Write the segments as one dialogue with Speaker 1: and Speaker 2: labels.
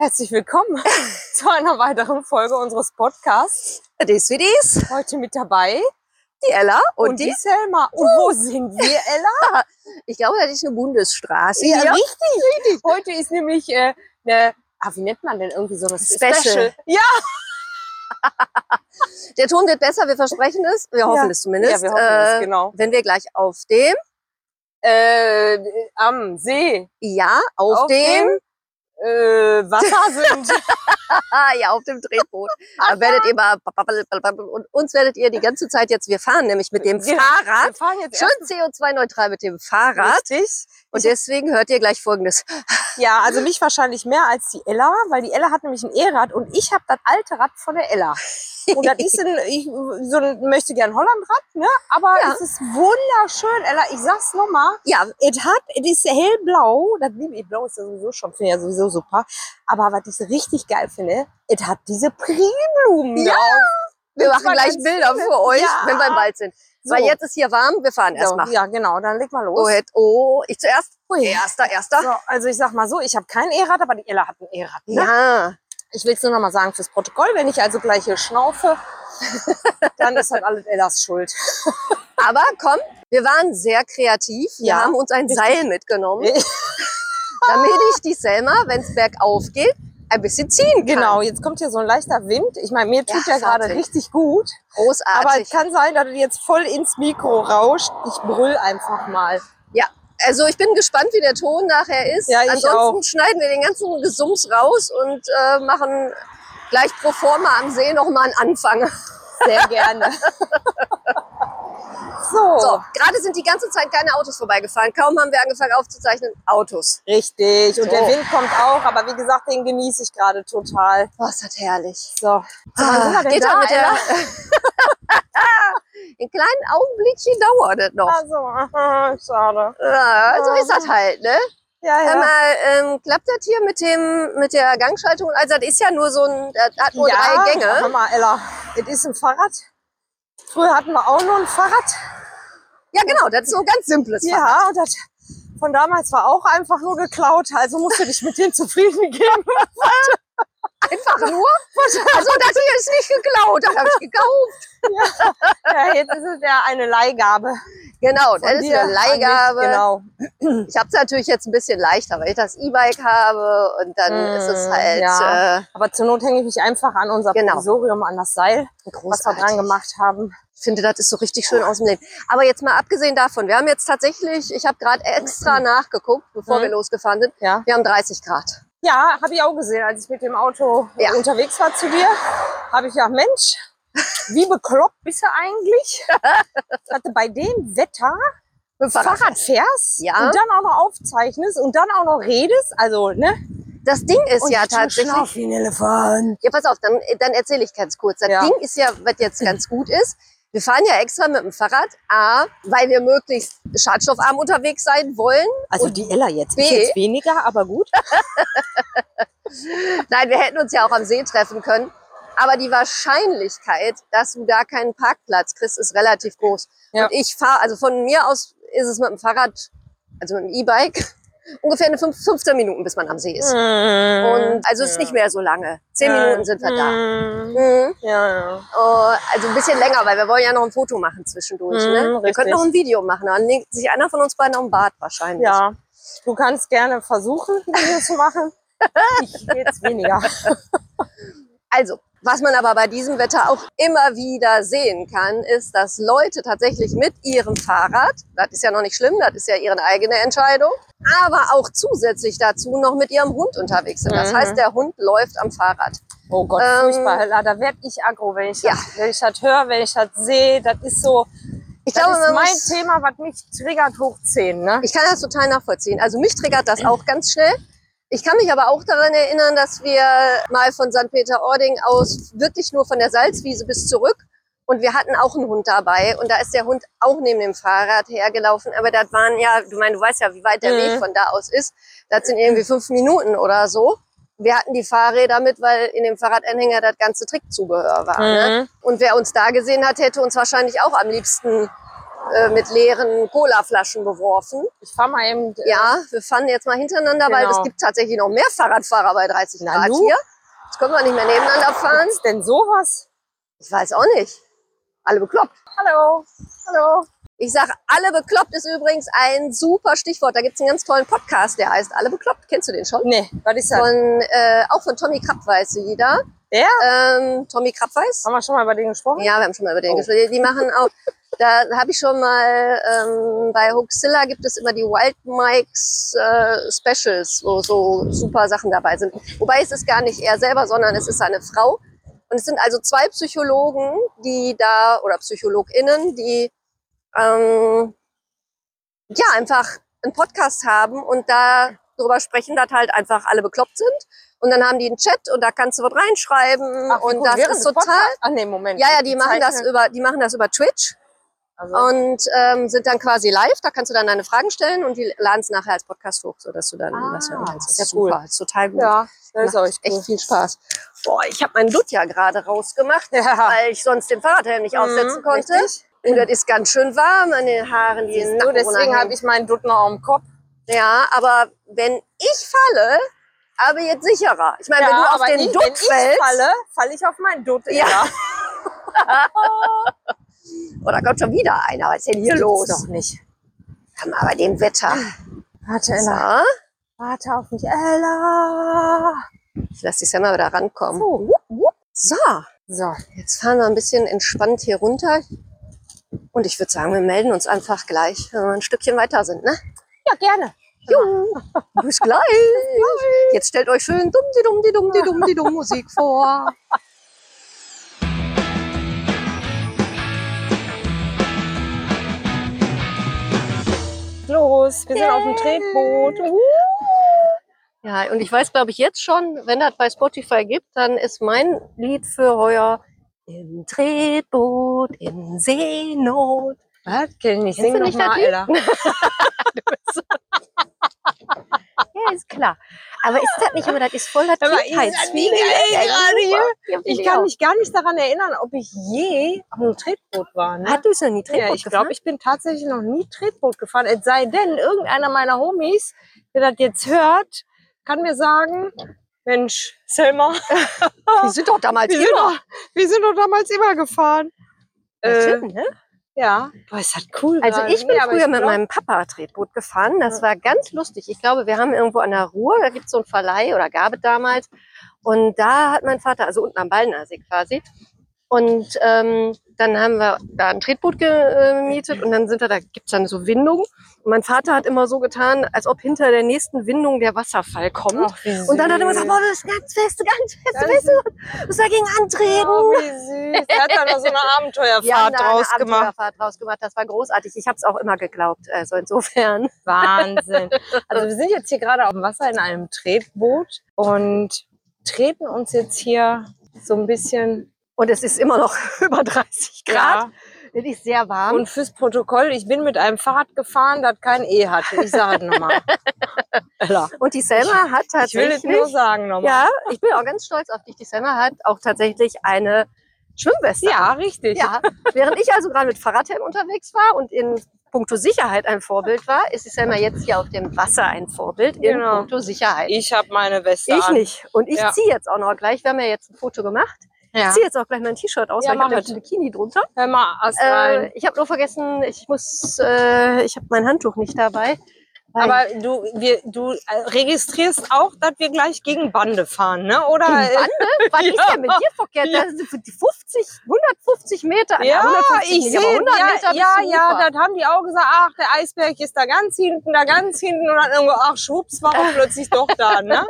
Speaker 1: Herzlich willkommen zu einer weiteren Folge unseres Podcasts.
Speaker 2: Dies wie dies,
Speaker 1: Heute mit dabei
Speaker 2: die Uh. Ella und,
Speaker 1: die Selma. Und wo sind wir, Ella?
Speaker 2: Ich glaube, das ist eine Bundesstraße. hier.
Speaker 1: richtig, richtig. Heute ist nämlich äh, eine, ah, wie nennt man denn irgendwie so eine
Speaker 2: Special.
Speaker 1: Ja,
Speaker 2: Der Ton wird besser, wir versprechen es. Wir hoffen es zumindest.
Speaker 1: ja, wir hoffen
Speaker 2: Äh,
Speaker 1: es, genau.
Speaker 2: Wenn wir gleich auf dem,
Speaker 1: Äh, am See,
Speaker 2: ja, auf,
Speaker 1: Auf
Speaker 2: dem,
Speaker 1: äh, Wasser sind.
Speaker 2: Ah, ja, auf dem Drehboot, da werdet ihr mal, und uns werdet ihr die ganze Zeit jetzt, wir fahren nämlich mit dem
Speaker 1: Wir-
Speaker 2: Fahrrad,
Speaker 1: Wir fahren jetzt
Speaker 2: schön
Speaker 1: erst
Speaker 2: CO2-neutral mit dem Fahrrad.
Speaker 1: richtig.
Speaker 2: Und deswegen hört ihr gleich folgendes.
Speaker 1: Ja, also mich wahrscheinlich mehr als die Ella, weil die Ella hat nämlich ein E-Rad und ich habe das alte Rad von der Ella. Und das ist ein, ich so ein, möchte gern Hollandrad, ne? Aber
Speaker 2: Ja.
Speaker 1: es ist wunderschön, Ella. Ich sag's nochmal.
Speaker 2: Ja,
Speaker 1: Es hat, es ist hellblau. Das liebe ich, blau ist ja sowieso schon, finde ich ja sowieso super. Aber was ich richtig geil finde, es hat diese Prilblumen
Speaker 2: Ja,
Speaker 1: drauf.
Speaker 2: wir
Speaker 1: Und
Speaker 2: machen
Speaker 1: zwar
Speaker 2: gleich
Speaker 1: ganz
Speaker 2: Bilder
Speaker 1: viele.
Speaker 2: für euch,
Speaker 1: Ja.
Speaker 2: wenn wir im Wald sind. Weil jetzt ist hier warm, wir fahren
Speaker 1: so,
Speaker 2: erstmal.
Speaker 1: ja, genau, dann leg mal los.
Speaker 2: Oh, hätt- oh, ich zuerst.
Speaker 1: Ui.
Speaker 2: Erster, erster.
Speaker 1: So, also ich sag mal so, ich habe kein E-Rad, aber die Ella hat ein E-Rad. Ne?
Speaker 2: Ja,
Speaker 1: Ich will es nur noch mal sagen fürs Protokoll, wenn ich also gleich hier schnaufe, dann ist halt alles Ellas Schuld.
Speaker 2: aber komm, wir waren sehr kreativ. Wir
Speaker 1: Ja,
Speaker 2: haben uns ein
Speaker 1: richtig.
Speaker 2: Seil mitgenommen,
Speaker 1: Ja.
Speaker 2: damit ich die Selma, wenn es bergauf geht, ein bisschen ziehen kann.
Speaker 1: Genau, jetzt kommt hier so ein leichter Wind. Ich meine, mir tut
Speaker 2: Ja,
Speaker 1: der gerade
Speaker 2: fertig.
Speaker 1: richtig gut, aber es
Speaker 2: Großartig.
Speaker 1: kann sein, dass es jetzt voll ins Mikro rauscht. Ich brüll einfach mal.
Speaker 2: also ich bin gespannt, wie der Ton nachher ist.
Speaker 1: Ja, ich
Speaker 2: Ansonsten schneiden wir den ganzen Gesums raus und äh, machen gleich pro forma am See nochmal einen Anfang.
Speaker 1: Sehr gerne. so,
Speaker 2: So, gerade sind die ganze Zeit keine Autos vorbeigefahren. Kaum haben wir angefangen aufzuzeichnen, Autos.
Speaker 1: richtig. Und
Speaker 2: So.
Speaker 1: der Wind kommt auch, aber wie gesagt, den genieße ich gerade total.
Speaker 2: Oh, ist das herrlich.
Speaker 1: So, so wann sind wir denn
Speaker 2: Ah, Geht
Speaker 1: da,
Speaker 2: da mit der...
Speaker 1: Ella?
Speaker 2: Einen kleinen Augenblickchen dauert das noch.
Speaker 1: Also, aha, schade.
Speaker 2: Ja, so
Speaker 1: Ja.
Speaker 2: ist das halt, ne?
Speaker 1: Ah. Ja,
Speaker 2: Hör
Speaker 1: ja.
Speaker 2: mal, ähm, klappt das hier mit, dem, mit der Gangschaltung? Also das ist ja nur so ein, das hat nur drei Gänge.
Speaker 1: Hammer, Ella. Es ist ein Fahrrad. Früher hatten wir auch nur ein Fahrrad.
Speaker 2: Ja genau, das ist so ein ganz simples Fahrrad.
Speaker 1: Ja, und das von damals war auch einfach nur geklaut. Also musst du dich mit dem zufrieden geben.
Speaker 2: Einfach nur. Also das hier ist nicht geklaut, das habe ich gekauft.
Speaker 1: Ja, jetzt ist es ja eine Leihgabe.
Speaker 2: Genau,
Speaker 1: von
Speaker 2: das ist
Speaker 1: dir an
Speaker 2: eine
Speaker 1: mich.
Speaker 2: Leihgabe.
Speaker 1: Genau.
Speaker 2: Ich habe es natürlich jetzt ein bisschen leichter, weil ich das E-Bike habe und dann
Speaker 1: Mm,
Speaker 2: ist es halt
Speaker 1: ja.
Speaker 2: äh,
Speaker 1: Aber zur Not hänge ich mich einfach an unser
Speaker 2: Genau.
Speaker 1: Provisorium, an das Seil, was wir
Speaker 2: großartig.
Speaker 1: dran gemacht haben.
Speaker 2: halt. Ich finde, das ist so richtig schön aus dem Leben. Aber jetzt mal abgesehen davon, wir haben jetzt tatsächlich, ich habe gerade
Speaker 1: Mm.
Speaker 2: extra nachgeguckt, bevor
Speaker 1: Mhm.
Speaker 2: wir losgefahren sind,
Speaker 1: Ja,
Speaker 2: wir haben 30 Grad.
Speaker 1: ja habe ich auch gesehen, als ich mit dem Auto äh,
Speaker 2: Ja.
Speaker 1: unterwegs war zu dir. Habe ich gedacht, Mensch, wie bekloppt bist du eigentlich? Dass du bei dem Wetter
Speaker 2: Mit dem Fahrrad.
Speaker 1: Fahrrad fährst
Speaker 2: Ja.
Speaker 1: und dann auch noch aufzeichnest und dann auch noch redest. Also, ne?
Speaker 2: Das Ding ist
Speaker 1: Und
Speaker 2: ja
Speaker 1: ich bin schlau
Speaker 2: tatsächlich.
Speaker 1: wie ein Elefant.
Speaker 2: Ja, pass auf, dann, äh, dann erzähle ich ganz kurz. Das
Speaker 1: Ja.
Speaker 2: Ding ist ja, was jetzt ganz gut ist. Wir fahren ja extra mit dem Fahrrad, A, weil wir möglichst schadstoffarm unterwegs sein wollen.
Speaker 1: Also die Ella jetzt. Ich
Speaker 2: B.
Speaker 1: jetzt weniger, aber gut.
Speaker 2: Nein, wir hätten uns ja auch am See treffen können. Aber die Wahrscheinlichkeit, dass du da keinen Parkplatz kriegst, ist relativ groß.
Speaker 1: Ja.
Speaker 2: Und ich fahre, also von mir aus ist es mit dem Fahrrad, also mit dem E-Bike, ungefähr eine fünf- 15 Minuten, bis man am See ist.
Speaker 1: Mhm.
Speaker 2: Und also es ist nicht mehr so lange. Zehn Minuten sind wir da.
Speaker 1: da.
Speaker 2: Mhm.
Speaker 1: Mm. Ja, ja.
Speaker 2: Äh, also ein bisschen länger, weil wir wollen ja noch ein Foto machen zwischendurch.
Speaker 1: Mhm,
Speaker 2: ne? Wir
Speaker 1: richtig.
Speaker 2: könnten noch ein Video machen. Dann legt sich einer von uns beiden am Bart wahrscheinlich.
Speaker 1: ja. Du kannst gerne versuchen, Dinge zu machen. Ich jetzt weniger.
Speaker 2: Also, was man aber bei diesem Wetter auch immer wieder sehen kann, ist, dass Leute tatsächlich mit ihrem Fahrrad, das ist ja noch nicht schlimm, das ist ja ihre eigene Entscheidung, aber auch zusätzlich dazu noch mit ihrem Hund unterwegs sind. Das
Speaker 1: Mhm.
Speaker 2: heißt, der Hund läuft am Fahrrad.
Speaker 1: Oh Gott,
Speaker 2: Ähm,
Speaker 1: furchtbar. Ella, da werd ich aggro, wenn ich,
Speaker 2: Ja.
Speaker 1: das, wenn ich das höre, wenn ich das sehe. Das ist so,
Speaker 2: Ich
Speaker 1: das
Speaker 2: glaube,
Speaker 1: ist
Speaker 2: man
Speaker 1: mein
Speaker 2: muss,
Speaker 1: Thema, was mich triggert hoch 10. Ne?
Speaker 2: ich kann das total nachvollziehen. Also mich triggert das auch ganz schnell. Ich kann mich aber auch daran erinnern, dass wir mal von St. Peter-Ording aus wirklich nur von der Salzwiese bis zurück Und wir hatten auch einen Hund dabei und da ist der Hund auch neben dem Fahrrad hergelaufen. Aber das waren ja, du meinst, du weißt ja, wie weit der
Speaker 1: Mhm.
Speaker 2: Weg von da aus ist. Das sind irgendwie fünf Minuten oder so. Wir hatten die Fahrräder mit, weil in dem Fahrradanhänger das ganze Trickzubehör war. Ne? Und wer uns da gesehen hat, hätte uns wahrscheinlich auch am liebsten äh, mit leeren Colaflaschen beworfen.
Speaker 1: Ich fahr mal eben. äh,
Speaker 2: Ja, wir fahren jetzt mal hintereinander, weil
Speaker 1: Genau.
Speaker 2: es gibt tatsächlich noch mehr Fahrradfahrer bei 30
Speaker 1: Na
Speaker 2: Grad
Speaker 1: nu.
Speaker 2: hier. Jetzt können wir nicht mehr nebeneinander fahren.
Speaker 1: Ist denn sowas?
Speaker 2: Ich weiß auch nicht. Alle bekloppt.
Speaker 1: Hallo. Hallo.
Speaker 2: Ich sag, alle bekloppt ist übrigens ein super Stichwort. Da gibt's einen ganz tollen Podcast, der heißt Alle bekloppt. Kennst du den schon?
Speaker 1: Nee, was ist das?
Speaker 2: Von, äh, auch von Tommy Krapp weiß jeder.
Speaker 1: Der?
Speaker 2: Ähm, Tommy Krapp weiß?
Speaker 1: Haben wir schon mal über den gesprochen?
Speaker 2: Ja, wir haben schon mal über den
Speaker 1: Oh.
Speaker 2: gesprochen. Die- Die machen auch, da habe ich schon mal, ähm, bei Hoaxilla gibt es immer die Wild Mikes äh, Specials, wo so super Sachen dabei sind. Wobei es ist gar nicht er selber, sondern es ist seine Frau. Und es sind also zwei Psychologen, die da, oder PsychologInnen, die ähm, ja einfach einen Podcast haben und da drüber sprechen, dass halt einfach alle bekloppt sind. Und dann haben die einen Chat und da kannst du was reinschreiben.
Speaker 1: Ach, wir
Speaker 2: und
Speaker 1: gucken
Speaker 2: das
Speaker 1: während
Speaker 2: ist
Speaker 1: des
Speaker 2: total
Speaker 1: Podcasts- Ach nee, Moment.
Speaker 2: ja, ja, die machen das
Speaker 1: zeichnen-
Speaker 2: über, die machen das über Twitch
Speaker 1: Also,
Speaker 2: und ähm, sind dann quasi live. Da kannst du dann deine Fragen stellen und die laden es nachher als Podcast hoch, sodass du dann
Speaker 1: Ah,
Speaker 2: das hören kannst.
Speaker 1: sehr cool.
Speaker 2: super, ist total gut.
Speaker 1: ja, das ist
Speaker 2: Macht
Speaker 1: auch echt
Speaker 2: echt
Speaker 1: cool.
Speaker 2: viel Spaß. Boah, ich habe meinen Dutt ja gerade rausgemacht,
Speaker 1: Ja. Mhm,
Speaker 2: weil ich sonst den Fahrradhelm nicht aufsetzen konnte.
Speaker 1: Richtig.
Speaker 2: Und das ist ganz schön warm an den Haaren, die in den
Speaker 1: So,
Speaker 2: Nacken
Speaker 1: deswegen
Speaker 2: runterhängen.
Speaker 1: habe ich meinen Dutt noch am Kopf.
Speaker 2: Ja, aber wenn ich falle, aber jetzt sicherer. Ich meine, wenn du auf
Speaker 1: aber
Speaker 2: den
Speaker 1: ich,
Speaker 2: Dutt
Speaker 1: wenn ich
Speaker 2: fällst,
Speaker 1: falle, falle ich auf meinen Dutt.
Speaker 2: Ja.
Speaker 1: Ella.
Speaker 2: oh, da kommt schon wieder einer. Was ist denn hier los?
Speaker 1: Gibt's doch nicht.
Speaker 2: Komm, aber dem Wetter.
Speaker 1: Warte, Ella.
Speaker 2: So.
Speaker 1: Warte auf mich, Ella.
Speaker 2: Ich lasse die Sammer wieder rankommen.
Speaker 1: So, wupp, wupp.
Speaker 2: So,
Speaker 1: So,
Speaker 2: jetzt fahren wir ein bisschen entspannt hier runter. Und ich würde sagen, wir melden uns einfach gleich, wenn wir ein Stückchen weiter sind, ne?
Speaker 1: ja, gerne.
Speaker 2: Juhu, bis gleich. Jetzt stellt euch schön dumm die dumm die dumm die dumm die dumm Musik vor.
Speaker 1: Los, wir sind auf dem
Speaker 2: Yay.
Speaker 1: Tretboot. Uh.
Speaker 2: Ja, und ich weiß, glaube ich, jetzt schon, wenn das bei Spotify gibt, dann ist mein Lied für heuer Im Tretboot, in Seenot.
Speaker 1: Was? Kenn ich nicht.
Speaker 2: Kennst
Speaker 1: Sing
Speaker 2: du
Speaker 1: noch
Speaker 2: nicht das
Speaker 1: mal,
Speaker 2: Lied?
Speaker 1: Ella.
Speaker 2: Ja, ist klar. Aber ist das nicht, aber das ist voll das
Speaker 1: Aber ist das nicht
Speaker 2: Kindheitslied.
Speaker 1: geil
Speaker 2: Ja,
Speaker 1: gerade hier?
Speaker 2: super. Ja,
Speaker 1: Ich
Speaker 2: finde auch.
Speaker 1: kann mich gar nicht daran erinnern, ob ich je auf einem Tretboot war. Ne?
Speaker 2: Hat du es noch nie Tretboot
Speaker 1: ja, ich glaube, ich bin tatsächlich noch nie Tretboot gefahren. Es sei denn, irgendeiner meiner Homies, der das jetzt hört, kann mir sagen, Mensch, Selma,
Speaker 2: gefahren? Wir sind doch damals
Speaker 1: wir sind,
Speaker 2: immer.
Speaker 1: doch, wir sind doch damals immer gefahren.
Speaker 2: Ja,
Speaker 1: Äh,
Speaker 2: stimmt, ne?
Speaker 1: ja. Boah, ist das cool.
Speaker 2: Also
Speaker 1: gerade.
Speaker 2: ich bin
Speaker 1: Äh, Nee, aber
Speaker 2: früher mit
Speaker 1: glaub-
Speaker 2: meinem Papa Tretboot gefahren. Das war ganz lustig. Ich glaube, wir haben irgendwo an der Ruhr, da gibt es so einen Verleih oder gab es damals. Und da hat mein Vater, also unten am Ballnersee quasi. Und ähm, dann haben wir da ein Tretboot äh, gemietet und dann sind da, da gibt es dann so Windungen. Und mein Vater hat immer so getan, als ob hinter der nächsten Windung der Wasserfall kommt.
Speaker 1: Ach, wie
Speaker 2: Und dann hat er immer
Speaker 1: süß.
Speaker 2: gesagt, boah, du bist ganz fest, ganz fest,
Speaker 1: Ganz
Speaker 2: weißt du, musst dagegen
Speaker 1: Oh,
Speaker 2: antreten.
Speaker 1: wie süß. Er hat da noch so eine Abenteuerfahrt
Speaker 2: Wir haben da eine
Speaker 1: draus gemacht.
Speaker 2: Abenteuerfahrt draus gemacht. Das war großartig. Ich habe es auch immer geglaubt. Also insofern.
Speaker 1: Wahnsinn. Also wir sind jetzt hier gerade auf dem Wasser in einem Tretboot und treten uns jetzt hier so ein bisschen
Speaker 2: Und es ist immer noch über 30 Grad.
Speaker 1: grad.
Speaker 2: Es ist sehr warm.
Speaker 1: Und fürs Protokoll, ich bin mit einem Fahrrad gefahren, das kein E hatte. Ich sage es nochmal. Ella,
Speaker 2: Und die Selma hat
Speaker 1: ich will
Speaker 2: tatsächlich.
Speaker 1: es nur sagen nochmal.
Speaker 2: ja, ich bin auch ganz stolz auf dich. Die Selma hat auch tatsächlich eine Schwimmweste.
Speaker 1: richtig.
Speaker 2: Ja. Während ich also gerade mit Fahrradhelm unterwegs war und in puncto Sicherheit ein Vorbild war, ist die Selma jetzt hier auf dem Wasser ein Vorbild in
Speaker 1: Genau.
Speaker 2: puncto Sicherheit.
Speaker 1: Ich habe meine Weste
Speaker 2: Ich
Speaker 1: an.
Speaker 2: nicht. Und ich
Speaker 1: Ja.
Speaker 2: ziehe jetzt auch noch gleich. Wir haben ja jetzt ein Foto gemacht.
Speaker 1: Ja.
Speaker 2: Ich ziehe jetzt auch gleich mein T-Shirt aus,
Speaker 1: Ja,
Speaker 2: weil ich
Speaker 1: mach
Speaker 2: habe
Speaker 1: es.
Speaker 2: nämlich ein Bikini drunter.
Speaker 1: Hör mal, Astral.
Speaker 2: Äh, ich habe nur vergessen, ich muss, äh, ich habe mein Handtuch nicht dabei. weil-
Speaker 1: aber du, wir, du äh, registrierst auch, dass wir gleich gegen Bande fahren, ne? Oder?
Speaker 2: In
Speaker 1: äh,
Speaker 2: Bande? Was
Speaker 1: Ja.
Speaker 2: ist denn mit dir verkehrt? Das sind die 50, 150 Meter.
Speaker 1: Ja,
Speaker 2: 150
Speaker 1: ich
Speaker 2: nicht,
Speaker 1: sehe,
Speaker 2: aber 100
Speaker 1: ja,
Speaker 2: Meter bis
Speaker 1: ja,
Speaker 2: zum Ufer.
Speaker 1: ja, das haben die auch gesagt, ach, der Eisberg ist da ganz hinten, da ganz hinten und dann irgendwo, ach, schwupps, war er plötzlich doch da, ne?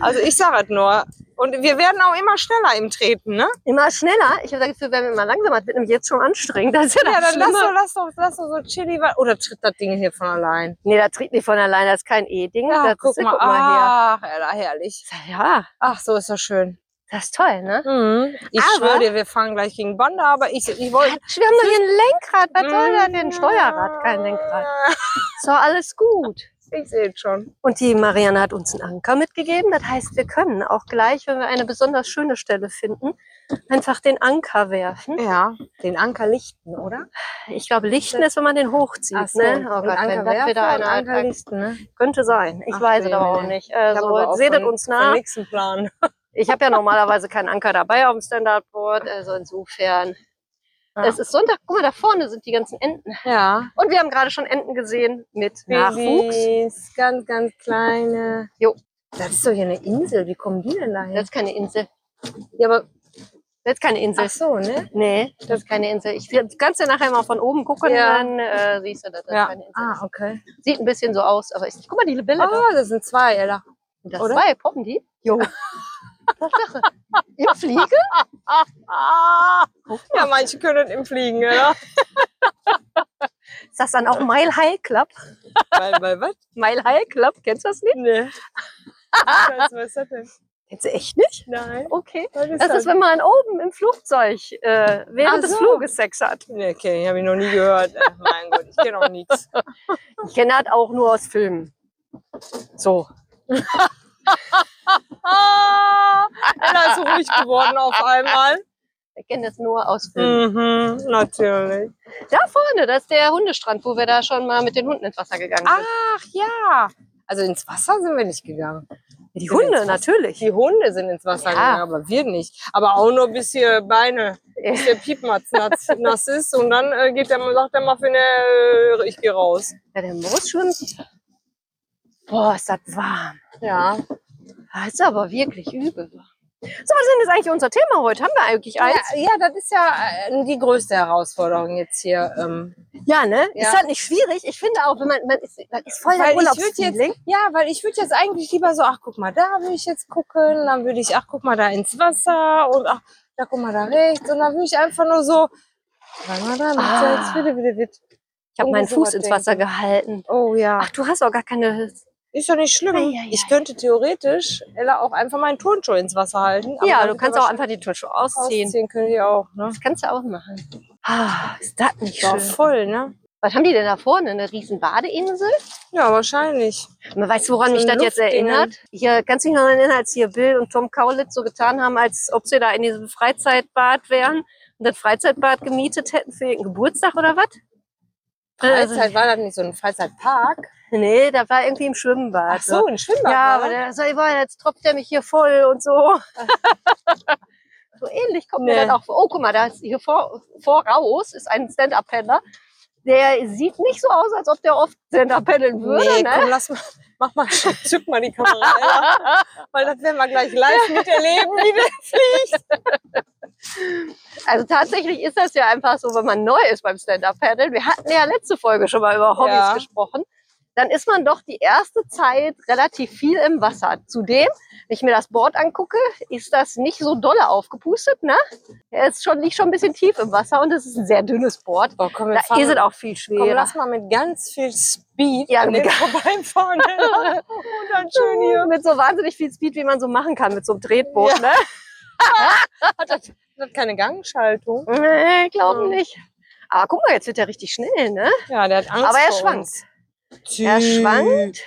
Speaker 1: Also ich sage es nur. Und wir werden auch immer schneller im Treten, ne?
Speaker 2: Immer schneller. Ich habe das Gefühl, wenn wir immer langsamer, das wird nämlich jetzt schon anstrengend. Das ist ja,
Speaker 1: Ja,
Speaker 2: das
Speaker 1: dann lass
Speaker 2: Schlimme.
Speaker 1: doch, lass doch, lass doch so chilly, wa- oder tritt das Ding hier von allein?
Speaker 2: Nee, da tritt nicht von allein, das ist kein E-Ding.
Speaker 1: Ja,
Speaker 2: das
Speaker 1: guck,
Speaker 2: ist, ja,
Speaker 1: mal, ah.
Speaker 2: guck mal
Speaker 1: ach, Ella, herrlich.
Speaker 2: her. Ja,
Speaker 1: Ach, so ist das schön.
Speaker 2: das ist toll, ne?
Speaker 1: Mhm. Ich
Speaker 2: Aber-
Speaker 1: schwöre dir, wir fahren gleich gegen Bande, aber ich, ich wollte...
Speaker 2: Quatsch, wir haben
Speaker 1: Mhm.
Speaker 2: doch hier ein Lenkrad. Was soll da denn? Steuerrad, kein Lenkrad. So, alles gut.
Speaker 1: Ich sehe es schon.
Speaker 2: Und die Marianne hat uns einen Anker mitgegeben. Das heißt, wir können auch gleich, wenn wir eine besonders schöne Stelle finden, einfach den Anker werfen.
Speaker 1: Ja, den Anker lichten, oder?
Speaker 2: Ich glaube, Lichten ist, wenn man den hochzieht. ne? Oh Gott, wenn das wieder einer
Speaker 1: Anker
Speaker 2: anpackt.
Speaker 1: lichten, ne?
Speaker 2: Könnte sein. Ich
Speaker 1: Ach,
Speaker 2: weiß es
Speaker 1: nee,
Speaker 2: aber
Speaker 1: nee,
Speaker 2: auch
Speaker 1: nee.
Speaker 2: nicht. Also, seht es uns nach.
Speaker 1: nächsten Plan.
Speaker 2: Ich habe ja normalerweise keinen Anker dabei auf dem Standardboard. Also insofern.
Speaker 1: Ja.
Speaker 2: Es ist Sonntag. Guck mal, da vorne sind die ganzen Enten.
Speaker 1: Ja.
Speaker 2: Und wir haben gerade schon Enten gesehen mit Nachwuchs.
Speaker 1: Babys, ganz, ganz kleine.
Speaker 2: Jo.
Speaker 1: Das ist doch hier eine Insel. Wie kommen die denn dahin?
Speaker 2: Das ist keine Insel.
Speaker 1: ja, aber
Speaker 2: Das ist keine Insel.
Speaker 1: ach so, ne?
Speaker 2: Nee, das ist keine Insel. Ich, du kannst ja nachher mal von oben gucken,
Speaker 1: Ja.
Speaker 2: dann äh, siehst du, dass das keine Insel
Speaker 1: Ah, okay.
Speaker 2: ist. Sieht ein bisschen so aus, aber ist nicht. Guck mal, die Libelle. da.
Speaker 1: Oh, das sind zwei, Ella.
Speaker 2: Sind das
Speaker 1: oder?
Speaker 2: zwei, poppen die?
Speaker 1: Jo.
Speaker 2: Tatsache. Im Fliege?
Speaker 1: Ah, ja, manche können im Fliegen, oder?
Speaker 2: Ist das dann auch Mile High Club?
Speaker 1: Weil, weil was?
Speaker 2: Mile High Club, kennst du das nicht?
Speaker 1: Nee. Was ist das denn?
Speaker 2: Kennst du echt nicht?
Speaker 1: Nein.
Speaker 2: Okay.
Speaker 1: Was ist
Speaker 2: Das ist, wenn man oben im Flugzeug äh, während
Speaker 1: Ach
Speaker 2: des
Speaker 1: so.
Speaker 2: Fluges Sex hat.
Speaker 1: Nee, okay, habe ich noch nie gehört. Ach, mein Gott, ich kenne auch nichts.
Speaker 2: Ich kenne das auch nur aus Filmen. So.
Speaker 1: Ah, Ella ist ruhig geworden auf einmal.
Speaker 2: Ich kenne das nur aus Filmen.
Speaker 1: Mhm, natürlich.
Speaker 2: Da vorne, das ist der Hundestrand, wo wir da schon mal mit den Hunden ins Wasser gegangen sind.
Speaker 1: Ach ja. Also ins Wasser sind wir nicht gegangen.
Speaker 2: die
Speaker 1: sind ins
Speaker 2: Hunde,
Speaker 1: Wasser.
Speaker 2: natürlich.
Speaker 1: Die Hunde sind ins Wasser
Speaker 2: Ja.
Speaker 1: gegangen, aber wir nicht. Aber auch nur bis hier Beine, bis der Piepmatz nass, nass ist. Und dann äh, geht der, sagt der Muffin, äh, ich gehe raus.
Speaker 2: Ja, der Moos schwimmt. Boah, ist das warm.
Speaker 1: Ja.
Speaker 2: Das ist aber wirklich übel warm. So, was ist denn jetzt eigentlich unser Thema heute? Haben wir eigentlich
Speaker 1: Ja,
Speaker 2: eins?
Speaker 1: ja, das ist ja äh, die größte Herausforderung jetzt hier. Ähm,
Speaker 2: Ja, ne?
Speaker 1: Ja.
Speaker 2: Ist das nicht schwierig? Ich finde auch, wenn man, man ist, das ist voll der
Speaker 1: Weil ich würd
Speaker 2: Urlaubsfeeling.
Speaker 1: jetzt, ja, weil ich würde jetzt eigentlich lieber so, ach guck mal, da würde ich jetzt gucken, dann würde ich, ach guck mal, da ins Wasser und ach, da guck mal, da rechts und dann würde ich einfach nur so, warte mal, da macht ja
Speaker 2: Ah.
Speaker 1: jetzt wieder, wieder, wieder.
Speaker 2: Ich habe meinen
Speaker 1: irgendwie sowas
Speaker 2: Fuß ins Wasser gehalten.
Speaker 1: Oh ja,
Speaker 2: Ach, du hast auch gar keine.
Speaker 1: ist doch nicht schlimm.
Speaker 2: Ei, ei, ei.
Speaker 1: Ich könnte theoretisch Ella auch einfach meinen Turnschuh ins Wasser halten. aber
Speaker 2: Ja,
Speaker 1: dann
Speaker 2: du
Speaker 1: wird
Speaker 2: kannst
Speaker 1: er
Speaker 2: auch einfach die Turnschuhe
Speaker 1: wahrscheinlich
Speaker 2: ausziehen.
Speaker 1: ausziehen, könnte ich auch, ne?
Speaker 2: Das kannst du auch machen. Ah, ist das nicht
Speaker 1: War
Speaker 2: schön?
Speaker 1: voll, ne?
Speaker 2: Was haben die denn da vorne? Eine riesen Badeinsel?
Speaker 1: Ja, wahrscheinlich.
Speaker 2: Aber weißt du, woran
Speaker 1: So
Speaker 2: mich das jetzt
Speaker 1: Luftdingen.
Speaker 2: erinnert? Hier, kannst du dich noch erinnern, als hier Bill und Tom Kaulitz so getan haben, als ob sie da in diesem Freizeitbad wären und das Freizeitbad gemietet hätten für ihren Geburtstag oder was? Also,
Speaker 1: Freizeit war das nicht so ein Freizeitpark.
Speaker 2: nee, da war irgendwie im Schwimmbad.
Speaker 1: Ach so, ein Schwimmbad.
Speaker 2: Also Ja,
Speaker 1: war
Speaker 2: aber
Speaker 1: das?
Speaker 2: der so, boah, jetzt tropft der mich hier voll und so. so ähnlich kommt
Speaker 1: Nee.
Speaker 2: mir das auch vor. Oh, guck mal, da ist hier vor, voraus ist ein Stand-Up-Paddler. Der sieht nicht so aus, als ob der oft Stand-Up paddeln würde.
Speaker 1: Nee,
Speaker 2: ne?
Speaker 1: komm, lass mal, mach mal, zück mal die Kamera, Ella, weil das werden wir gleich live miterleben, wie der fliegt.
Speaker 2: Also tatsächlich ist das ja einfach so, wenn man neu ist beim Stand-Up-Paddeln. Wir hatten ja letzte Folge schon mal über Hobbys
Speaker 1: Ja.
Speaker 2: gesprochen. Dann ist man doch die erste Zeit relativ viel im Wasser. Zudem, wenn ich mir das Board angucke, ist das nicht so dolle aufgepustet, ne? Er ist schon, liegt schon ein bisschen tief im Wasser und es ist ein sehr dünnes Board.
Speaker 1: Boah, komm, wir
Speaker 2: Da
Speaker 1: fahren-
Speaker 2: ist es auch viel
Speaker 1: Komm,
Speaker 2: schwerer.
Speaker 1: lass mal mit ganz viel Speed
Speaker 2: Ja,
Speaker 1: an
Speaker 2: mit
Speaker 1: dem vorbeifahren, Ella. Und dann schön hier.
Speaker 2: mit so wahnsinnig viel Speed, wie man so machen kann mit so einem Tretboot, ne?
Speaker 1: Das hat keine Gangschaltung.
Speaker 2: Nee, glauben
Speaker 1: Ja.
Speaker 2: nicht. Aber guck mal, jetzt wird er richtig schnell, ne?
Speaker 1: Ja, der hat Angst
Speaker 2: Aber er
Speaker 1: vor
Speaker 2: schwankt.
Speaker 1: uns.
Speaker 2: Er
Speaker 1: Tü,
Speaker 2: schwankt.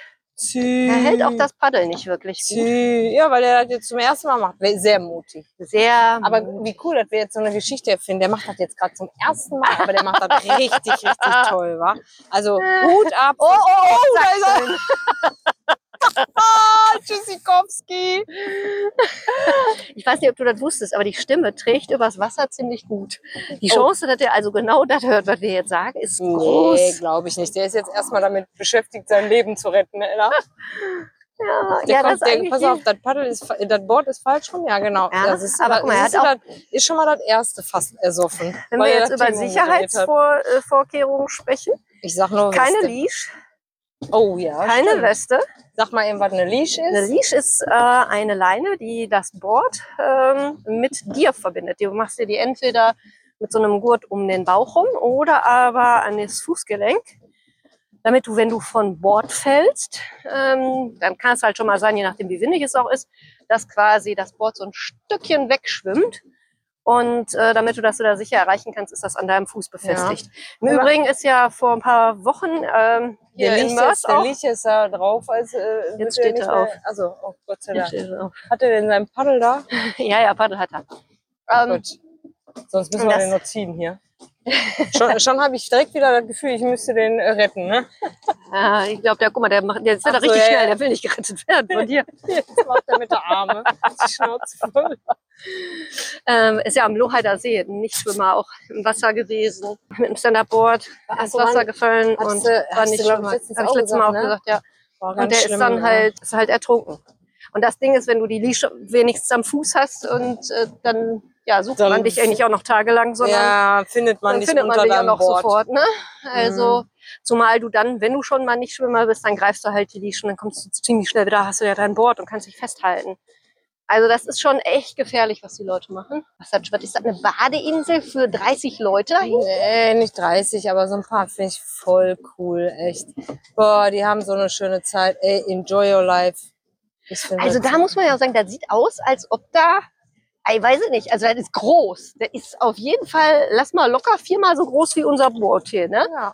Speaker 1: tü,
Speaker 2: Er hält auch das Paddel nicht wirklich
Speaker 1: tü.
Speaker 2: gut.
Speaker 1: Ja, weil er das jetzt zum ersten Mal macht. Sehr mutig.
Speaker 2: Sehr.
Speaker 1: Aber
Speaker 2: mutig.
Speaker 1: wie cool, dass wir jetzt so eine Geschichte erfinden. Der macht das jetzt gerade zum ersten Mal, aber der macht das richtig, richtig toll, wa? Also Hut ab.
Speaker 2: Oh, oh, oh,
Speaker 1: da ist er.
Speaker 2: Saxon.
Speaker 1: Ah, Tschüssikowski.
Speaker 2: Ich weiß nicht, ob du das wusstest, aber die Stimme trägt übers Wasser ziemlich gut. Die Chance, dass er also genau das hört, was wir jetzt sagen, ist
Speaker 1: Oh. Nee,
Speaker 2: groß.
Speaker 1: glaube ich nicht. Der ist jetzt erstmal damit beschäftigt, sein Leben zu retten, Ella.
Speaker 2: Ja,
Speaker 1: Der
Speaker 2: ja
Speaker 1: kommt,
Speaker 2: das ist
Speaker 1: der,
Speaker 2: eigentlich
Speaker 1: pass
Speaker 2: die-
Speaker 1: auf, das Paddel ist, fa- das Board ist falsch rum. Ja, genau.
Speaker 2: Ja,
Speaker 1: das ist,
Speaker 2: aber guck mal, er
Speaker 1: siehst
Speaker 2: hat
Speaker 1: du, das ist schon mal das erste fast ersoffen.
Speaker 2: wenn
Speaker 1: weil
Speaker 2: wir
Speaker 1: er
Speaker 2: jetzt
Speaker 1: das
Speaker 2: über
Speaker 1: Thema moderiert hat.
Speaker 2: Sicherheitsvorkehrungen sprechen,
Speaker 1: Ich sag nur, was
Speaker 2: keine
Speaker 1: der-
Speaker 2: Leash,
Speaker 1: Oh ja.
Speaker 2: keine
Speaker 1: stimmt.
Speaker 2: Weste.
Speaker 1: Sag mal eben, was eine Leash
Speaker 2: Eine
Speaker 1: ist.
Speaker 2: Leash ist äh, eine Leine, die das Board ähm, mit dir verbindet. Du machst dir die entweder mit so einem Gurt um den Bauch rum oder aber an das Fußgelenk, damit du, wenn du von Bord fällst, ähm, dann kann es halt schon mal sein, je nachdem wie windig es auch ist, dass quasi das Board so ein Stückchen wegschwimmt Und äh, damit du das wieder sicher erreichen kannst, ist das an deinem Fuß befestigt. Im
Speaker 1: Aber-
Speaker 2: Übrigen ist ja vor ein paar Wochen ähm, hier
Speaker 1: der,
Speaker 2: in
Speaker 1: Licht
Speaker 2: Mörs
Speaker 1: ist, der
Speaker 2: auch...
Speaker 1: Licht ist da drauf. Also, äh, wird
Speaker 2: Jetzt
Speaker 1: er
Speaker 2: steht
Speaker 1: nicht
Speaker 2: er
Speaker 1: mehr-
Speaker 2: auf.
Speaker 1: Also, oh Gott sei
Speaker 2: Hier
Speaker 1: Dank.
Speaker 2: steht Ähm, es auch.
Speaker 1: Hat er denn sein Paddel da?
Speaker 2: Ja, ja, Paddel hat er. Ähm,
Speaker 1: Gut. Sonst müssen wir
Speaker 2: das-
Speaker 1: den noch ziehen hier. schon schon habe ich direkt wieder das Gefühl, ich müsste den äh, retten. Ne?
Speaker 2: ja, äh, ich glaube, der, guck mal, der, macht, der ist ja
Speaker 1: Ach
Speaker 2: da
Speaker 1: so,
Speaker 2: richtig
Speaker 1: ja, ja.
Speaker 2: schnell, der will nicht gerettet werden von dir.
Speaker 1: Jetzt macht er mit der Arme die Schnauze voll.
Speaker 2: Ähm, ist ja am Loheider See, ein Nichtschwimmer, auch im Wasser gewesen, mit dem Stand-Up-Board, ins
Speaker 1: so,
Speaker 2: Wasser
Speaker 1: Mann.
Speaker 2: gefallen
Speaker 1: Hast
Speaker 2: und
Speaker 1: du-
Speaker 2: war
Speaker 1: hast du,
Speaker 2: nicht
Speaker 1: glaub ich,
Speaker 2: Schwimmer. Habe ich
Speaker 1: letztens auch
Speaker 2: letztes Mal auch
Speaker 1: gesagt, ne?
Speaker 2: gesagt, ja.
Speaker 1: War ganz
Speaker 2: Und der
Speaker 1: schlimm,
Speaker 2: ist dann
Speaker 1: ne?
Speaker 2: halt, ist halt ertrunken. Und das Ding ist, wenn du die Leash wenigstens am Fuß hast und äh, dann ja, sucht
Speaker 1: Dann-
Speaker 2: man dich eigentlich auch noch tagelang, sondern
Speaker 1: ja, findet man
Speaker 2: dann
Speaker 1: nicht
Speaker 2: findet man
Speaker 1: unter
Speaker 2: dich auch
Speaker 1: deinem Mhm.
Speaker 2: noch
Speaker 1: Board.
Speaker 2: sofort. Ne? Also, zumal du dann, wenn du schon mal nicht Schwimmer bist, dann greifst du halt die Leash und dann kommst du ziemlich schnell wieder, hast du ja dein Board und kannst dich festhalten. Also das ist schon echt gefährlich, was die Leute machen. Was hat, was ist das eine Badeinsel für 30 Leute?
Speaker 1: Nee, nicht 30, aber so ein paar finde ich voll cool, echt. Boah, die haben so eine schöne Zeit. Ey, enjoy your life. Ich finde
Speaker 2: Also
Speaker 1: das-
Speaker 2: da muss man ja auch sagen, das sieht aus, als ob da, ich weiß es nicht, also das ist groß. Das ist auf jeden Fall, lass mal locker viermal so groß wie unser Board hier. Ne?
Speaker 1: ja.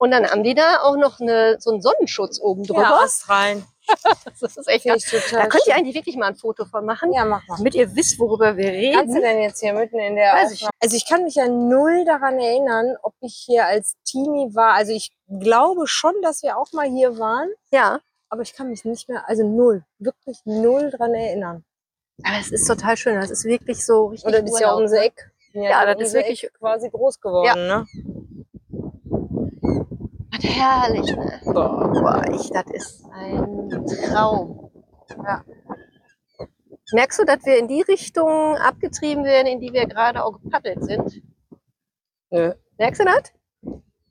Speaker 2: Und dann haben die da auch noch eine, so einen Sonnenschutz oben
Speaker 1: ja,
Speaker 2: drüber.
Speaker 1: Australien.
Speaker 2: Das ist echt
Speaker 1: Finde ich total
Speaker 2: Da könnt ihr
Speaker 1: schön.
Speaker 2: eigentlich wirklich mal ein Foto von machen,
Speaker 1: Ja, mach mal.
Speaker 2: damit ihr wisst, worüber wir
Speaker 1: Kannst du
Speaker 2: reden.
Speaker 1: denn jetzt hier mitten in der
Speaker 2: Weiß ich
Speaker 1: Aufnahme- Also ich kann mich ja null daran erinnern, ob ich hier als Teenie war. Also ich glaube schon, dass wir auch mal hier waren,
Speaker 2: Ja,
Speaker 1: aber ich kann mich nicht mehr, also null, wirklich null daran erinnern.
Speaker 2: aber es ist total schön. Das ist wirklich so richtig
Speaker 1: Und das ist ja
Speaker 2: Urlaub.
Speaker 1: unser Eck.
Speaker 2: Ja, das
Speaker 1: um
Speaker 2: ist
Speaker 1: unser
Speaker 2: wirklich-
Speaker 1: Eck quasi groß geworden, ne?
Speaker 2: Was herrlich. Ne?
Speaker 1: Boah.
Speaker 2: Boah, ich, das ist ein Traum. Ja. Merkst du, dass wir in die Richtung abgetrieben werden, in die wir gerade auch gepaddelt sind?
Speaker 1: Nö.
Speaker 2: Merkst du das?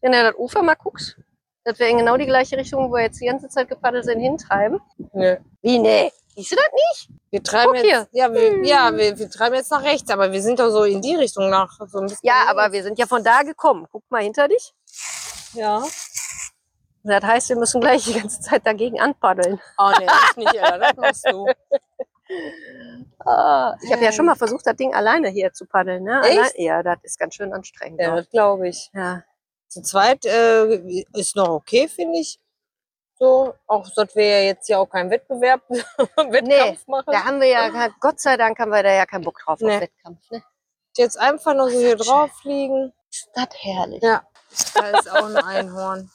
Speaker 2: Wenn du das Ufer mal guckst, dass wir in genau die gleiche Richtung, wo wir jetzt die ganze Zeit gepaddelt sind, hintreiben.
Speaker 1: Nö.
Speaker 2: Wie, nee? Siehst du das nicht?
Speaker 1: Wir treiben
Speaker 2: Guck
Speaker 1: jetzt, ja, wir, ja wir, wir treiben jetzt nach rechts, aber wir sind doch so in die Richtung nach. So ein bisschen
Speaker 2: Ja, aber wir sind ja von da gekommen. Guck mal hinter dich.
Speaker 1: Ja.
Speaker 2: Das heißt, wir müssen gleich die ganze Zeit dagegen anpaddeln.
Speaker 1: Oh nee, ich nicht, Ella, das machst du.
Speaker 2: Ich habe ja schon mal versucht, das Ding alleine hier zu paddeln. Ne?
Speaker 1: Ah, Echt?
Speaker 2: Allein- ja, das ist ganz schön anstrengend.
Speaker 1: Ja,
Speaker 2: Ja.
Speaker 1: das glaube ich.
Speaker 2: Ja.
Speaker 1: Zu zweit äh, ist noch okay, finde ich. So, auch dass wir ja jetzt hier auch keinen Wettbewerb, Wettkampf machen.
Speaker 2: Da haben wir ja, Gott sei Dank haben wir da ja keinen Bock drauf
Speaker 1: Nee.
Speaker 2: auf Wettkampf. Ne?
Speaker 1: Jetzt einfach noch so hier drauf liegen.
Speaker 2: Ist das herrlich.
Speaker 1: Ja, da ist auch ein Einhorn.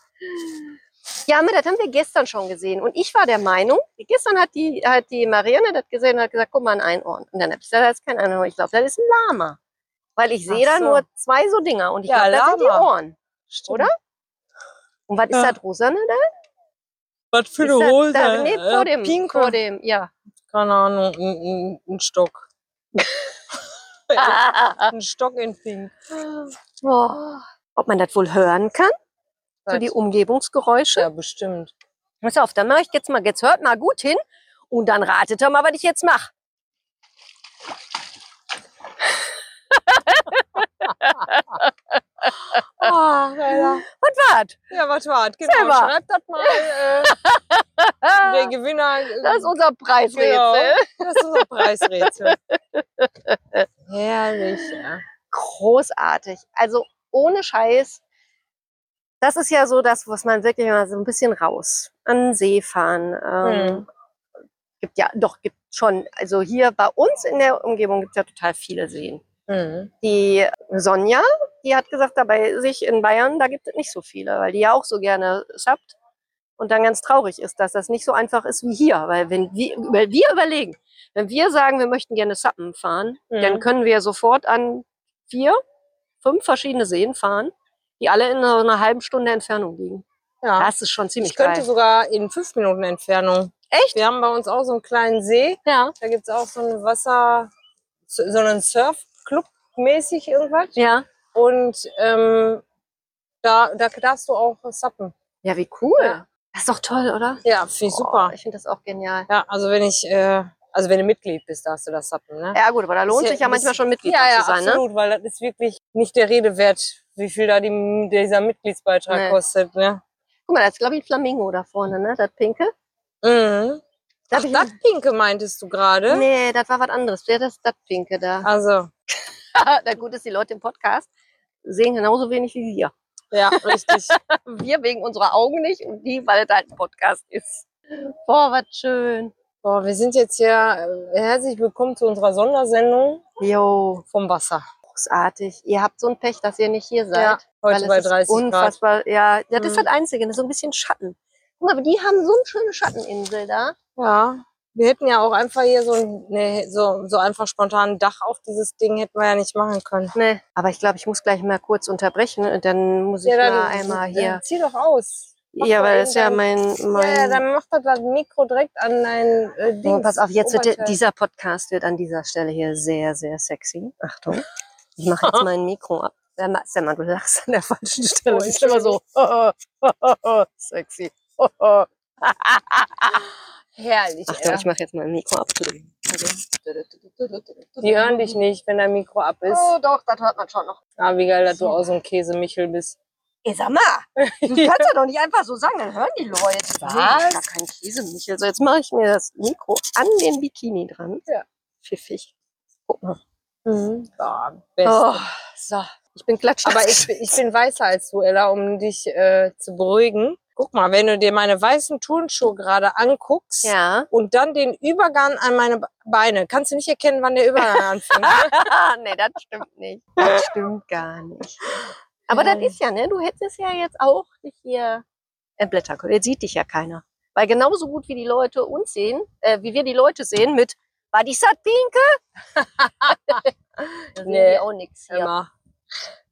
Speaker 2: Ja, aber das haben wir gestern schon gesehen. Und ich war der Meinung, gestern hat die, hat die Marianne das gesehen und hat gesagt, guck mal, ein Einhorn. Und dann habe ich gesagt, das ist kein Einhorn. Ich glaube, das ist ein Lama. Weil ich sehe
Speaker 1: Ach
Speaker 2: da
Speaker 1: so.
Speaker 2: nur zwei so Dinger und ich
Speaker 1: Ja,
Speaker 2: glaube, das sind die
Speaker 1: Lama.
Speaker 2: Ohren. Oder? Und was
Speaker 1: Ja.
Speaker 2: ist das Rosane da?
Speaker 1: Was für
Speaker 2: ist
Speaker 1: eine
Speaker 2: das,
Speaker 1: Hose?
Speaker 2: Da, nee, vor dem,
Speaker 1: Pink
Speaker 2: vor dem, ja.
Speaker 1: Keine Ahnung, ein, ein, ein Stock.
Speaker 2: Ah.
Speaker 1: ein Stock in Pink.
Speaker 2: oh. Ob man das wohl hören kann? So die Umgebungsgeräusche?
Speaker 1: Ja, bestimmt.
Speaker 2: Pass auf, dann mache ich jetzt mal, jetzt hört mal gut hin und dann ratet ihr mal, was ich jetzt mache.
Speaker 1: Ah, Ella.
Speaker 2: Und wart.
Speaker 1: Ja, was war's? Genau,
Speaker 2: Selber.
Speaker 1: schreibt das mal. Äh, der Gewinner. äh,
Speaker 2: Das ist unser Preisrätsel.
Speaker 1: Genau. Das ist unser Preisrätsel. Herrlich. Ja.
Speaker 2: großartig. Also ohne Scheiß. Das ist ja so das, was man wirklich mal so ein bisschen raus an den See fahren. Ähm, Gibt ja, doch, gibt schon. Also hier bei uns in der Umgebung gibt es ja total viele Seen.
Speaker 1: Mhm.
Speaker 2: Die Sonja, die hat gesagt, dabei sich in Bayern, da gibt es nicht so viele, weil die ja auch so gerne schafft. Und dann ganz traurig ist, dass das nicht so einfach ist wie hier. Weil wenn wir, weil wir überlegen, wenn wir sagen, wir möchten gerne Sappen fahren,
Speaker 1: Mhm.
Speaker 2: dann können wir sofort an vier, fünf verschiedene Seen fahren, die alle in so einer halben Stunde Entfernung liegen.
Speaker 1: Ja.
Speaker 2: Das ist schon ziemlich
Speaker 1: Ich könnte
Speaker 2: geil.
Speaker 1: sogar in fünf Minuten Entfernung.
Speaker 2: Echt?
Speaker 1: Wir haben bei uns auch so einen kleinen See.
Speaker 2: Ja,
Speaker 1: Da gibt es auch so einen Wasser, so so einen Surfclub mäßig irgendwas.
Speaker 2: ja.
Speaker 1: Und ähm, da, da darfst du auch sappen.
Speaker 2: Ja, wie cool.
Speaker 1: Ja.
Speaker 2: Das ist doch toll, oder?
Speaker 1: Ja, finde ich super.
Speaker 2: Oh, ich finde das auch genial.
Speaker 1: Ja, also wenn ich, äh, also wenn du Mitglied bist, darfst du das sappen, ne?
Speaker 2: Ja gut, aber da lohnt
Speaker 1: ja
Speaker 2: sich ja
Speaker 1: ein bisschen-
Speaker 2: manchmal schon Mitglied
Speaker 1: Ja, ja,
Speaker 2: zu sein, ne?
Speaker 1: absolut, weil das ist wirklich nicht der Rede wert, wie viel da die, dieser Mitgliedsbeitrag
Speaker 2: Nee.
Speaker 1: kostet. Ne?
Speaker 2: Guck mal, das ist glaube ich ein Flamingo da vorne, ne? Das pinke.
Speaker 1: Mhm. Ach,
Speaker 2: Da hab ich
Speaker 1: das Pinke meintest du gerade?
Speaker 2: Nee, das war was anderes. Der das, das pinke da.
Speaker 1: Also,
Speaker 2: Na gut, dass die Leute im Podcast sehen genauso wenig wie wir.
Speaker 1: Ja, richtig.
Speaker 2: Wir wegen unserer Augen nicht und die, weil es halt ein Podcast ist. Boah, was schön.
Speaker 1: Boah, wir sind jetzt hier. äh, Herzlich willkommen zu unserer Sondersendung
Speaker 2: Jo,
Speaker 1: vom Wasser.
Speaker 2: großartig. Ihr habt so ein Pech, dass ihr nicht hier seid.
Speaker 1: heute bei
Speaker 2: weil es ist
Speaker 1: 30 Grad.
Speaker 2: unfassbar. Ja, das ist
Speaker 1: Mhm.
Speaker 2: das Einzige, das ist so ein bisschen Schatten. Guck mal, aber die haben so eine schöne Schatteninsel da.
Speaker 1: Ja. Wir hätten ja auch einfach hier so, ein, nee, so, so einfach spontan ein Dach auf dieses Ding hätten wir ja nicht machen können.
Speaker 2: Ne. Aber ich glaube, ich muss gleich mal kurz unterbrechen und dann muss ich mal einmal hier.
Speaker 1: Dann zieh doch aus. mach
Speaker 2: ja,
Speaker 1: doch
Speaker 2: weil das ist ja mein. mein
Speaker 1: Oh, Ja, ja, dann mach doch das Mikro direkt an dein äh, Ding.
Speaker 2: Oh, pass auf, jetzt wird der,
Speaker 1: Oberteil.
Speaker 2: dieser Podcast wird an dieser Stelle hier sehr, sehr sexy. Achtung. Ich mache jetzt mein Mikro ab. Ja, Ma- Sam, du lachst an der falschen Stelle.
Speaker 1: Oh,
Speaker 2: Das ist immer so oh, sexy. oh.
Speaker 1: Herrlich.
Speaker 2: Achtung, ich mache jetzt mein Mikro ab.
Speaker 1: Die hören dich nicht, wenn dein Mikro ab ist.
Speaker 2: Oh, doch, das hört man schon noch.
Speaker 1: Ah, wie geil, dass du auch so ein Käsemichel bist.
Speaker 2: Ey, sag mal, du kannst ja doch nicht einfach so sagen, dann hören die Leute.
Speaker 1: Was?
Speaker 2: Gar kein Käse, Michel. So, jetzt mache ich mir das Mikro an den Bikini dran.
Speaker 1: Ja.
Speaker 2: Pfiffig. Guck mal.
Speaker 1: Ah,
Speaker 2: Oh,
Speaker 1: best.
Speaker 2: so, ich bin klatsch.
Speaker 1: Aber ich, bin- ich bin weißer als du, Ella, um dich äh, zu beruhigen. Guck mal, wenn du dir meine weißen Turnschuhe gerade anguckst
Speaker 2: Ja.
Speaker 1: und dann den Übergang an meine Be- Beine, kannst du nicht erkennen, wann der Übergang anfängt. ne?
Speaker 2: nee, das stimmt nicht. Das stimmt gar nicht. Aber das
Speaker 1: Ähm.
Speaker 2: ist ja, ne? Du hättest ja jetzt auch dich hier entblättern können. Jetzt sieht dich ja keiner. Weil genauso gut wie die Leute uns sehen, äh, wie wir die Leute sehen mit, war die satt pinke? da sehen
Speaker 1: Nee,
Speaker 2: die auch nix hier.
Speaker 1: Immer.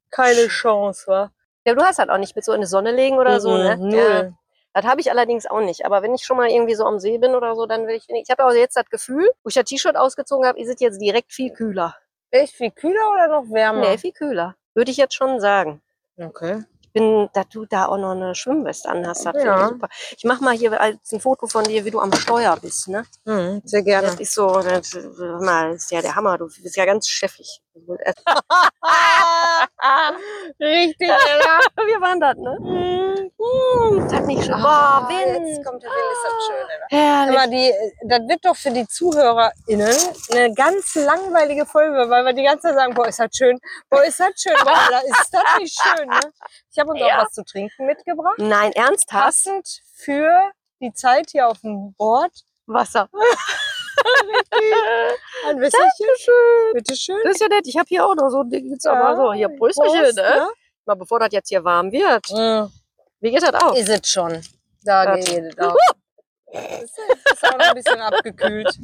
Speaker 1: Keine Chance, wa?
Speaker 2: Ja, du hast halt auch nicht mit so in die Sonne legen oder so, ne?
Speaker 1: Mhm,
Speaker 2: Ja.
Speaker 1: Null.
Speaker 2: Das habe ich allerdings auch nicht. Aber wenn ich schon mal irgendwie so am See bin oder so, dann will ich wenig. Ich habe auch jetzt das Gefühl, wo ich das T-Shirt ausgezogen habe, ist es jetzt direkt viel kühler.
Speaker 1: Echt viel kühler oder noch
Speaker 2: Nee,
Speaker 1: wärmer?
Speaker 2: viel kühler. Würde ich jetzt schon sagen.
Speaker 1: Okay.
Speaker 2: bin, dass du da auch noch eine Schwimmweste anhast, das finde
Speaker 1: Ja.
Speaker 2: ich super. Ich mach mal hier als ein Foto von dir, wie du am Steuer bist, ne?
Speaker 1: Mhm, sehr gerne.
Speaker 2: Das ist so, das, hör mal, das ist ja der Hammer, du bist ja ganz chefig. Wir
Speaker 1: Richtig, Ella.
Speaker 2: waren das, ne? Hm, das nicht schön. Boah, Wind.
Speaker 1: Mhm. Ah, Jetzt kommt der Wind, ist das schön, Ella.
Speaker 2: Herrlich.
Speaker 1: Aber Ah. die, das wird doch für die ZuhörerInnen eine ganz langweilige Folge, weil wir die ganze Zeit sagen, boah, ist das schön, boah, ist das schön, boah, da ist das nicht schön. Ne? Ich habe uns
Speaker 2: Ja.
Speaker 1: auch was zu trinken mitgebracht,
Speaker 2: Nein, ernsthaft?
Speaker 1: passend für die Zeit hier auf dem Board.
Speaker 2: Wasser.
Speaker 1: Ein Wässerchen, bitteschön.
Speaker 2: Das ist ja nett. Ich habe hier auch noch so ein Ding. Jetzt
Speaker 1: Ja,
Speaker 2: aber so, hier, Prösterchen,
Speaker 1: Prost,
Speaker 2: ne? Mal bevor das jetzt hier warm wird.
Speaker 1: ne?
Speaker 2: Wie geht das
Speaker 1: Mm,
Speaker 2: auch?
Speaker 1: Ist es schon. Da
Speaker 2: Das-
Speaker 1: geht es auch. Ist, ist auch noch ein bisschen abgekühlt.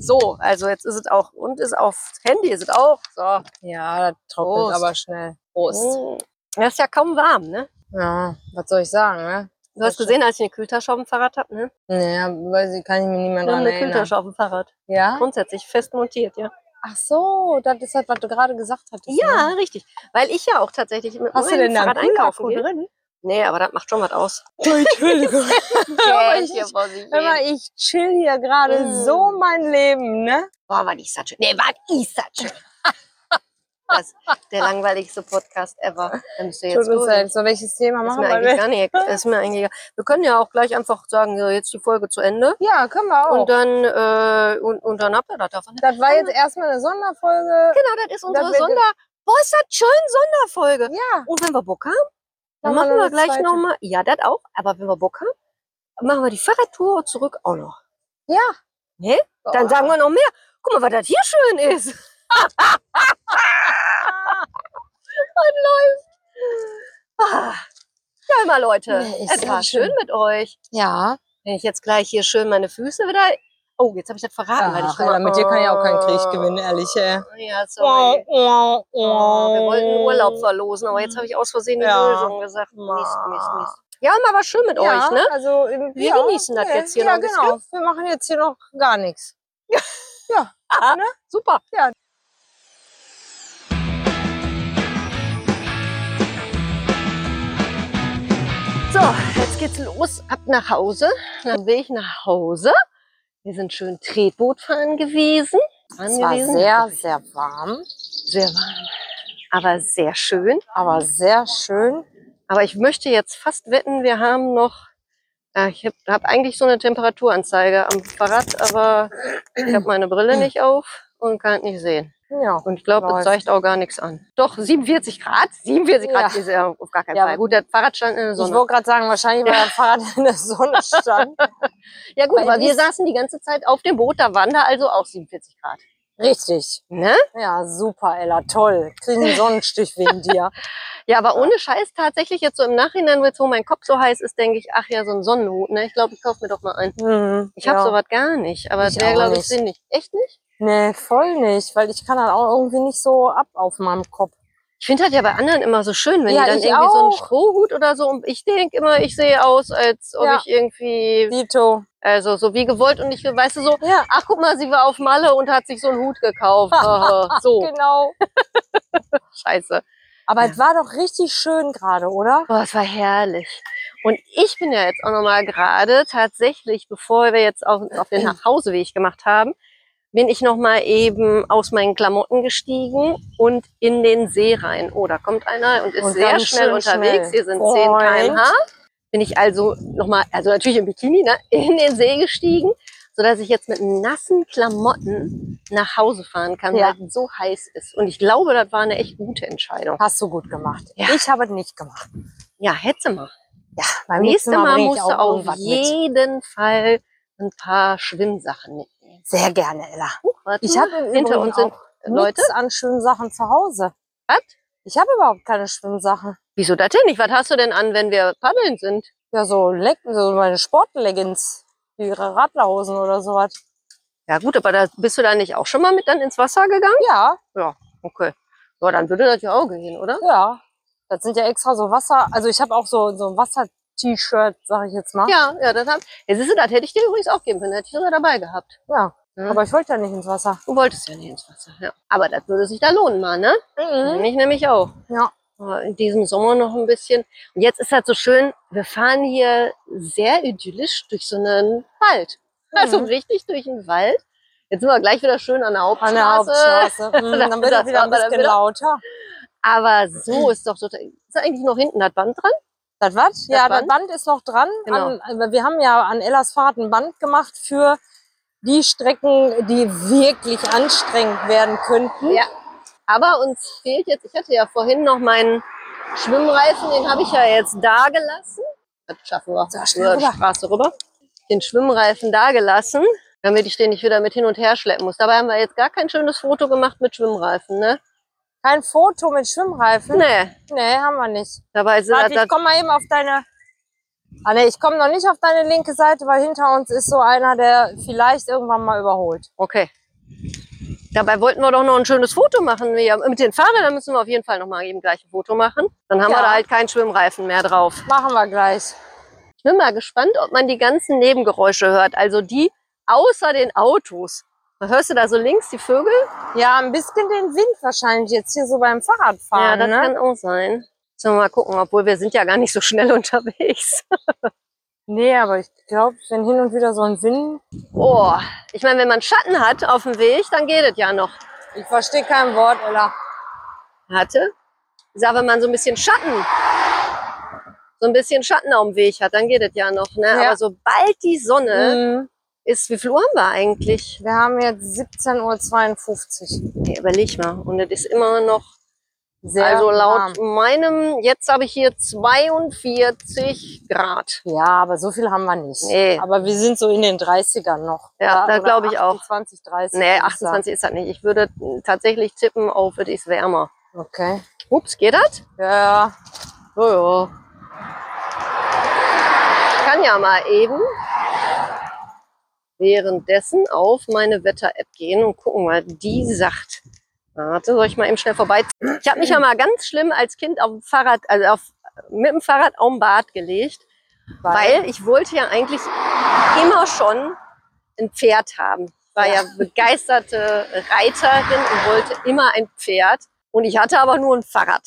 Speaker 2: So, also jetzt ist es auch. Und ist auf Handy ist es auch. So.
Speaker 1: Ja, das trocknet
Speaker 2: Prost.
Speaker 1: aber schnell. Prost.
Speaker 2: Mm. Das ist ja kaum warm, ne?
Speaker 1: Ja, was soll ich sagen, ne?
Speaker 2: Du hast
Speaker 1: Das stimmt.
Speaker 2: gesehen, als ich eine Kühltasche auf dem Fahrrad habe, ne?
Speaker 1: Naja, weiß ich, kann ich mich niemand
Speaker 2: Wir haben
Speaker 1: dran
Speaker 2: eine
Speaker 1: erinnern.
Speaker 2: Kühltasche auf dem Fahrrad.
Speaker 1: Ja?
Speaker 2: Grundsätzlich fest montiert, ja.
Speaker 1: Ach so, das ist halt, was du gerade gesagt hattest.
Speaker 2: Ja,
Speaker 1: ne?
Speaker 2: richtig. Weil ich ja auch tatsächlich mit
Speaker 1: Hast du
Speaker 2: meinem
Speaker 1: denn da
Speaker 2: Fahrrad
Speaker 1: einen
Speaker 2: einkaufen
Speaker 1: Kühlakku
Speaker 2: gehe.
Speaker 1: drin?
Speaker 2: Nee, aber das macht schon was aus. Äh,
Speaker 1: Oh, Entschuldigung. aber ich,
Speaker 2: Hier
Speaker 1: ich,
Speaker 2: vor sich hin.
Speaker 1: hör mal, ich chill hier gerade
Speaker 2: Mm.
Speaker 1: so mein Leben, ne?
Speaker 2: Boah, war nicht satsch. Nee, war nicht satsch. Das ist der langweiligste Podcast ever. Da müsst ihr jetzt
Speaker 1: Tut uns
Speaker 2: durch.
Speaker 1: leid. So, welches Thema
Speaker 2: Ist
Speaker 1: machen
Speaker 2: mir
Speaker 1: wir?
Speaker 2: eigentlich
Speaker 1: denn?
Speaker 2: gar nicht. Ist mir eigentlich egal. Wir können ja auch gleich einfach sagen, so, jetzt die Folge zu Ende.
Speaker 1: Ja, können wir auch.
Speaker 2: Und dann, äh, und, und dann habt ihr das davon.
Speaker 1: das war jetzt erstmal eine Sonderfolge.
Speaker 2: Genau, das ist unsere
Speaker 1: Das wird-
Speaker 2: Sonder. Boah, ist das schön, Sonderfolge.
Speaker 1: Ja,
Speaker 2: Und wenn wir Bock haben,
Speaker 1: Dann
Speaker 2: dann machen
Speaker 1: machen wir
Speaker 2: wir
Speaker 1: eine
Speaker 2: gleich
Speaker 1: zweite.
Speaker 2: nochmal, ja, das auch, aber wenn wir Bock haben, machen wir die Fahrradtour zurück auch noch.
Speaker 1: ja.
Speaker 2: Ne? Dann sagen wir noch mehr. Guck mal, was das hier schön ist. und läuft. Ah, ja, mal Leute,
Speaker 1: Nee, ist
Speaker 2: es
Speaker 1: ja
Speaker 2: war
Speaker 1: schön.
Speaker 2: schön mit euch.
Speaker 1: Ja.
Speaker 2: Wenn ich jetzt gleich hier schön meine Füße wieder. Oh, jetzt habe ich das verraten. weil ich Oh,
Speaker 1: Ach, Oh. Alter, mit dir kann ich auch keinen Krieg gewinnen, ehrlich, ey.
Speaker 2: Ja, sorry.
Speaker 1: Wow, wow,
Speaker 2: Oh, wir wollten
Speaker 1: wow.
Speaker 2: Urlaub verlosen, aber jetzt habe ich aus Versehen die
Speaker 1: Ja. Ah.
Speaker 2: Lösung gesagt. Mist, Mist, Mist. Ja, mal war schön
Speaker 1: ja,
Speaker 2: mit euch, ne?
Speaker 1: Also, ähm,
Speaker 2: Wir
Speaker 1: ja,
Speaker 2: genießen das
Speaker 1: nee,
Speaker 2: jetzt hier
Speaker 1: Ja,
Speaker 2: noch ein
Speaker 1: genau. Wir machen jetzt hier noch gar nichts.
Speaker 2: Ne? Super.
Speaker 1: Ja.
Speaker 2: So, jetzt geht's los. Ab nach Hause. Dann will ich nach Hause. Wir sind schön Tretboot fahren gewesen.
Speaker 1: Es war
Speaker 2: Angewiesen.
Speaker 1: sehr, sehr warm,
Speaker 2: sehr warm. Aber sehr schön.
Speaker 1: aber sehr schön.
Speaker 2: Aber ich möchte jetzt fast wetten, wir haben noch. Äh, ich habe hab eigentlich so eine Temperaturanzeige am Fahrrad, aber ich habe meine Brille nicht auf und kann es nicht sehen.
Speaker 1: Ja.
Speaker 2: Und ich glaube, das
Speaker 1: Läuft.
Speaker 2: zeigt auch gar nichts an. Doch, 47 Grad? 47 Grad
Speaker 1: Ja.
Speaker 2: ist ja auf gar keinen
Speaker 1: Ja,
Speaker 2: Fall.
Speaker 1: aber-
Speaker 2: Gut, das Fahrrad stand in der
Speaker 1: Ich
Speaker 2: Sonne.
Speaker 1: wollte gerade sagen, wahrscheinlich, weil der Fahrrad in der Sonne stand.
Speaker 2: Ja gut,
Speaker 1: weil
Speaker 2: aber wir
Speaker 1: dies-
Speaker 2: saßen die ganze Zeit auf dem Boot, da waren da also auch 47 Grad.
Speaker 1: Richtig.
Speaker 2: Ne?
Speaker 1: Ja, super, Ella, toll. Kriegen einen Sonnenstich wegen dir.
Speaker 2: Ja, aber ohne Scheiß tatsächlich jetzt so im Nachhinein, jetzt wo mein Kopf so heiß ist, denke ich, ach ja, so ein Sonnenhut, ne? Ich glaube, ich kaufe mir doch mal einen.
Speaker 1: Mhm,
Speaker 2: Ich habe
Speaker 1: ja.
Speaker 2: sowas gar nicht, aber
Speaker 1: Ich
Speaker 2: es wäre,
Speaker 1: auch
Speaker 2: glaube ich,
Speaker 1: nicht.
Speaker 2: sinnig. Echt nicht?
Speaker 1: Nee, voll nicht, weil ich kann dann auch irgendwie nicht so ab auf meinem Kopf.
Speaker 2: Ich finde das ja bei anderen immer so schön, wenn
Speaker 1: Ja,
Speaker 2: die dann
Speaker 1: ich
Speaker 2: irgendwie so einen
Speaker 1: auch.
Speaker 2: Strohhut oder so. Und ich denke immer, ich sehe aus, als ob
Speaker 1: Ja.
Speaker 2: ich irgendwie,
Speaker 1: Dito.
Speaker 2: also so wie gewollt und ich, weißt du, so,
Speaker 1: Ja,
Speaker 2: ach guck mal, sie war auf Malle und hat sich so einen Hut gekauft. Haha, so,
Speaker 1: genau.
Speaker 2: scheiße.
Speaker 1: Aber es war doch richtig schön gerade, oder?
Speaker 2: Boah, es war herrlich. Und ich bin ja jetzt auch nochmal gerade tatsächlich, bevor wir jetzt auf, auf
Speaker 1: Hm.
Speaker 2: den Nachhauseweg gemacht haben, bin ich nochmal eben aus meinen Klamotten gestiegen und in den See rein. Oh, da kommt einer und ist
Speaker 1: Und
Speaker 2: sehr
Speaker 1: ganz
Speaker 2: schnell
Speaker 1: schön
Speaker 2: unterwegs.
Speaker 1: schnell.
Speaker 2: Hier sind
Speaker 1: Freund.
Speaker 2: 10 kmh. Bin ich also nochmal, also natürlich im Bikini, ne, in den See gestiegen, sodass ich jetzt mit nassen Klamotten nach Hause fahren kann,
Speaker 1: Ja.
Speaker 2: weil es so heiß ist. Und ich glaube, das war eine echt gute Entscheidung.
Speaker 1: Hast du gut gemacht.
Speaker 2: Ja.
Speaker 1: Ich habe es nicht gemacht.
Speaker 2: Ja, hätte mal.
Speaker 1: Ja, beim
Speaker 2: Nächstes
Speaker 1: nächsten Mal,
Speaker 2: Mal
Speaker 1: bring ich
Speaker 2: musst du
Speaker 1: auch
Speaker 2: auf
Speaker 1: irgendwas mit.
Speaker 2: jeden Fall ein paar Schwimmsachen mitnehmen.
Speaker 1: Sehr gerne, Ella.
Speaker 2: Huch, warte
Speaker 1: Ich
Speaker 2: mal.
Speaker 1: habe im
Speaker 2: hinter
Speaker 1: Übrigen
Speaker 2: uns sind
Speaker 1: auch
Speaker 2: Leute.
Speaker 1: nichts an schönen Sachen zu Hause.
Speaker 2: Was?
Speaker 1: Ich habe überhaupt keine Schwimmsachen.
Speaker 2: Wieso das denn nicht? Was hast du denn an, wenn wir paddeln sind?
Speaker 1: Ja, so, Leg so meine Sportleggings, wie Radlerhosen oder sowas.
Speaker 2: Ja gut, aber da bist du da nicht auch schon mal mit dann ins Wasser gegangen?
Speaker 1: Ja,
Speaker 2: Okay. Ja, dann würde das ja auch gehen, oder?
Speaker 1: ja. Das sind ja extra so Wasser. Also ich habe auch so, so ein Wasser-T-Shirt, sag ich jetzt mal.
Speaker 2: Ja, ja, das hab. Ja, siehst du, das hätte ich dir übrigens auch geben können, hätte ich sogar dabei gehabt.
Speaker 1: Ja.
Speaker 2: Ja.
Speaker 1: Aber ich wollte ja nicht ins Wasser.
Speaker 2: Du wolltest ja nicht ins Wasser, ja. Aber das würde sich da lohnen, mal, ne? Mich nämlich auch.
Speaker 1: Ja.
Speaker 2: Aber In diesem Sommer noch ein bisschen. Und jetzt ist das so schön, wir fahren hier sehr idyllisch durch so einen Wald. Also
Speaker 1: Mhm.
Speaker 2: richtig durch den Wald. Jetzt sind wir gleich wieder schön an der Hauptstraße.
Speaker 1: An der Hauptstraße. Mhm, dann wird
Speaker 2: Das
Speaker 1: das wieder ein
Speaker 2: war dann
Speaker 1: bisschen
Speaker 2: wieder-
Speaker 1: lauter.
Speaker 2: Aber so ist doch total. Ist da eigentlich noch hinten das Band dran?
Speaker 1: Das was? Ja, das
Speaker 2: Band?
Speaker 1: Band ist noch dran.
Speaker 2: Genau.
Speaker 1: An, aber wir haben ja an Ellas Fahrrad ein Band gemacht für die Strecken, die wirklich anstrengend werden könnten.
Speaker 2: Ja. Aber uns fehlt jetzt, ich hatte ja vorhin noch meinen Schwimmreifen, den habe ich ja jetzt da gelassen. Das schaffen wir.
Speaker 1: So, schnell
Speaker 2: Über die
Speaker 1: rüber.
Speaker 2: Straße rüber. Den Schwimmreifen da gelassen, damit ich den nicht wieder mit hin und her schleppen muss. Dabei haben wir jetzt gar kein schönes Foto gemacht mit Schwimmreifen, ne?
Speaker 1: Kein Foto mit Schwimmreifen?
Speaker 2: Nee.
Speaker 1: Nee, haben wir nicht.
Speaker 2: Dabei ist
Speaker 1: Hm. Warte,
Speaker 2: Also das,
Speaker 1: ich komm mal eben auf deine. Ah, nee, ich komme noch nicht auf deine linke Seite, weil hinter uns ist so einer, der vielleicht irgendwann mal überholt.
Speaker 2: okay. Dabei wollten wir doch noch ein schönes Foto machen. Wir, mit den Fahrrädern müssen wir auf jeden Fall noch mal eben gleich ein Foto machen. Dann haben wir
Speaker 1: Ja.
Speaker 2: da halt keinen Schwimmreifen mehr drauf.
Speaker 1: Machen wir gleich.
Speaker 2: Ich bin mal gespannt, ob man die ganzen Nebengeräusche hört. Also die außer den Autos. Da hörst du da so links die Vögel?
Speaker 1: Ja, ein bisschen den Wind wahrscheinlich jetzt hier so beim
Speaker 2: ja,
Speaker 1: Fahrradfahren.
Speaker 2: das
Speaker 1: ne?
Speaker 2: kann auch sein. Sollen wir mal gucken, obwohl wir sind ja gar nicht so schnell unterwegs.
Speaker 1: Nee, aber ich glaube, wenn hin und wieder so ein Wind.
Speaker 2: Oh, ich meine, wenn man Schatten hat auf dem Weg, dann geht es ja noch.
Speaker 1: Ich verstehe kein Wort, Ella.
Speaker 2: Hatte. Ich sag, wenn man so ein bisschen Schatten, so ein bisschen Schatten auf dem Weg hat, dann geht es ja noch. Ne?
Speaker 1: Ja.
Speaker 2: Aber sobald die
Speaker 1: Mhm.
Speaker 2: Sonne ist, wie viel Uhr haben wir eigentlich?
Speaker 1: Wir haben jetzt 17.52 Uhr.
Speaker 2: Okay, überleg mal. Und es ist immer noch
Speaker 1: Sehr
Speaker 2: also
Speaker 1: warm.
Speaker 2: laut meinem, jetzt habe ich hier 42 Grad.
Speaker 1: Ja, aber so viel haben wir nicht.
Speaker 2: Nee.
Speaker 1: Aber wir sind so in den 30ern noch.
Speaker 2: Ja, da
Speaker 1: oder
Speaker 2: glaub ich auch.
Speaker 1: 28, 30.
Speaker 2: Nee,
Speaker 1: würde ich sagen.
Speaker 2: 28 ist das nicht. Ich würde tatsächlich tippen auf, es ist wärmer.
Speaker 1: Okay.
Speaker 2: Ups, geht das?
Speaker 1: Ja, Oh,
Speaker 2: Ja, ja. Ich kann ja mal eben währenddessen auf meine Wetter-App gehen und gucken, was die sagt. Warte, soll ich mal eben schnell vorbei? Ich habe mich ja mal ganz schlimm als Kind auf dem Fahrrad, also auf, mit dem Fahrrad auf dem Bad gelegt. Weil ich wollte ja eigentlich immer schon ein Pferd haben. Ich war ja,
Speaker 1: Ja.
Speaker 2: begeisterte Reiterin und wollte immer ein Pferd. Und ich hatte aber nur ein Fahrrad.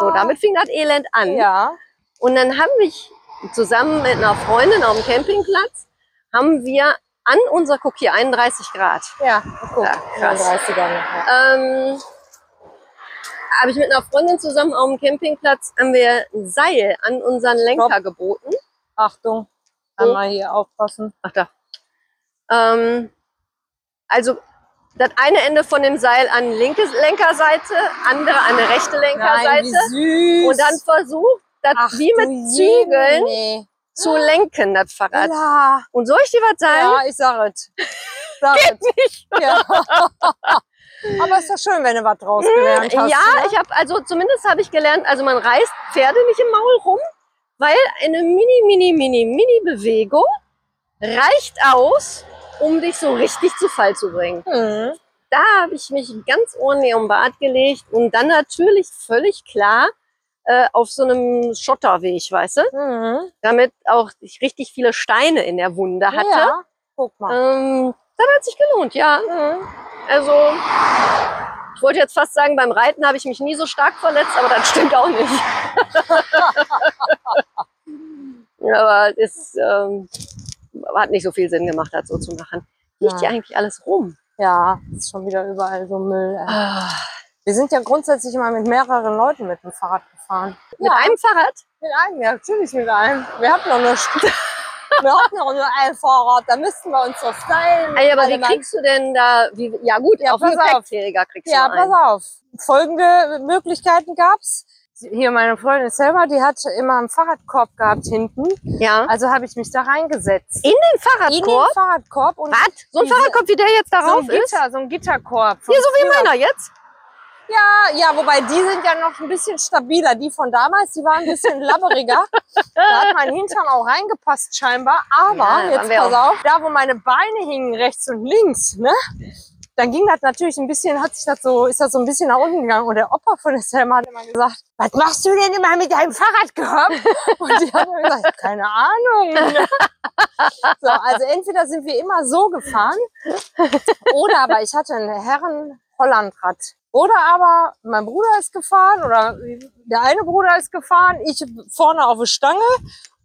Speaker 2: So, damit fing das Elend an.
Speaker 1: Ja.
Speaker 2: Und dann haben mich zusammen mit einer Freundin auf dem Campingplatz, haben wir an unserer, guck hier, 31 Grad,
Speaker 1: Ja, guck.
Speaker 2: Ja, krass.
Speaker 1: In den 30ern noch. Ja.
Speaker 2: ähm, habe ich mit einer Freundin zusammen auf dem Campingplatz, haben wir ein Seil an unseren Lenker geboten.
Speaker 1: Achtung.
Speaker 2: Oh.
Speaker 1: Einmal hier aufpassen.
Speaker 2: Ach da. Ähm, also das eine Ende von dem Seil an linke Lenkerseite, andere an die rechte
Speaker 1: Nein,
Speaker 2: Lenkerseite
Speaker 1: wie süß.
Speaker 2: und dann versucht, das
Speaker 1: Ach,
Speaker 2: wie mit
Speaker 1: du
Speaker 2: Zügeln
Speaker 1: Jemine.
Speaker 2: zu lenken, das Fahrrad.
Speaker 1: Ja,
Speaker 2: Und soll ich dir was sagen?
Speaker 1: ja, ich sag es. Sag Geht nicht. Ja. Aber ist doch schön, wenn du was draus gelernt
Speaker 2: Hm, Ja,
Speaker 1: hast. ne?
Speaker 2: ich habe also zumindest habe ich gelernt, also man reißt Pferde nicht im Maul rum, weil eine mini mini mini mini Bewegung reicht aus, um dich so richtig zu Fall zu bringen.
Speaker 1: Mhm.
Speaker 2: Da habe ich mich ganz ordentlich um den Bart gelegt und dann natürlich völlig klar äh, auf so einem Schotterweg, weißt du,
Speaker 1: Mhm.
Speaker 2: damit auch ich richtig viele Steine in der Wunde hatte.
Speaker 1: Ja, guck mal.
Speaker 2: Ähm, das hat sich gelohnt, ja. Also, ich wollte jetzt fast sagen, beim Reiten habe ich mich nie so stark verletzt, aber das stimmt auch nicht. Ja, aber es ähm, hat nicht so viel Sinn gemacht, das so zu machen. Liegt
Speaker 1: Ja.
Speaker 2: hier eigentlich alles rum?
Speaker 1: Ja, ist schon wieder überall so Müll. Ey. Wir sind ja grundsätzlich immer mit mehreren Leuten mit dem Fahrrad gefahren.
Speaker 2: Mit einem Fahrrad?
Speaker 1: Mit einem, ja, natürlich mit einem. Wir hatten doch nur, wir hatten doch nur ein Fahrrad, da müssten wir uns doch teilen.
Speaker 2: Ey, aber
Speaker 1: Alle
Speaker 2: wie
Speaker 1: Mann-
Speaker 2: kriegst du denn da, wie, ja gut,
Speaker 1: Ja,
Speaker 2: auf dem
Speaker 1: pass auf.
Speaker 2: Gepäckträger kriegst
Speaker 1: Ja,
Speaker 2: du
Speaker 1: pass
Speaker 2: einen.
Speaker 1: auf. Folgende Möglichkeiten gab's. Hier meine Freundin Selma, die hat immer einen Fahrradkorb gehabt hinten.
Speaker 2: Ja.
Speaker 1: Also habe ich mich da reingesetzt.
Speaker 2: In den
Speaker 1: In den
Speaker 2: Fahrradkorb?
Speaker 1: Fahrradkorb und
Speaker 2: Was? So ein
Speaker 1: Diese-
Speaker 2: Fahrradkorb, wie der jetzt
Speaker 1: so
Speaker 2: darauf
Speaker 1: ein
Speaker 2: ist?
Speaker 1: Gitter, so ein Gitterkorb. von
Speaker 2: Hier, so wie
Speaker 1: früher.
Speaker 2: meiner jetzt?
Speaker 1: Ja, ja, wobei die sind ja noch ein bisschen stabiler. Die von damals, die waren ein bisschen labberiger. Da hat mein Hintern auch reingepasst scheinbar. Aber
Speaker 2: Ja,
Speaker 1: jetzt
Speaker 2: waren wir
Speaker 1: pass auf, da wo meine Beine hingen, rechts und links, ne? Dann ging das natürlich ein bisschen, hat sich das so, ist das so ein bisschen nach unten gegangen. Und der Opa von der Selma hat immer gesagt, was machst du denn immer mit deinem Fahrradkorb? Und die hat immer gesagt, keine Ahnung. ne? So, also entweder sind wir immer so gefahren, oder aber ich hatte ein Herren-Hollandrad. Oder aber mein Bruder ist gefahren oder der eine Bruder ist gefahren, ich vorne auf der Stange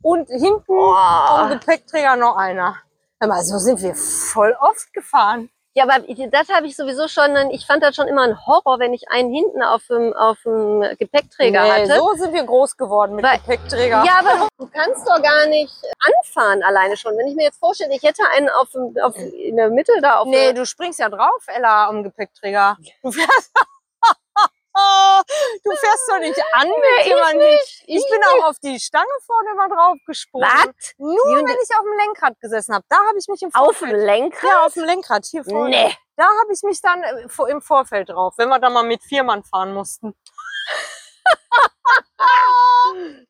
Speaker 1: und hinten
Speaker 2: Oh.
Speaker 1: am Gepäckträger noch einer. Aber so sind wir voll oft gefahren.
Speaker 2: Ja, aber das habe ich sowieso schon, ich fand das schon immer ein Horror, wenn ich einen hinten auf dem, auf dem Gepäckträger
Speaker 1: Nee,
Speaker 2: hatte.
Speaker 1: So sind wir groß geworden mit
Speaker 2: Weil-
Speaker 1: Gepäckträger.
Speaker 2: ja, aber du kannst doch gar nicht anfahren alleine schon. Wenn ich mir jetzt vorstelle, ich hätte einen auf, dem- auf in der Mitte da auf
Speaker 1: Nee,
Speaker 2: dem-
Speaker 1: du springst ja drauf, Ella, am Gepäckträger. Du fährst, du fährst doch nicht an mit
Speaker 2: ich
Speaker 1: jemandem. Ich, bin auch auf die Stange vorne immer drauf gesprungen.
Speaker 2: Was?
Speaker 1: Nur
Speaker 2: Juni-
Speaker 1: wenn ich auf dem Lenkrad gesessen habe. Da habe ich mich im
Speaker 2: Auf dem Lenkrad?
Speaker 1: Ja, auf dem Lenkrad, hier vorne.
Speaker 2: Nee.
Speaker 1: Da habe ich mich dann äh, vor- im Vorfeld drauf, wenn wir da mal mit vier Mann fahren mussten.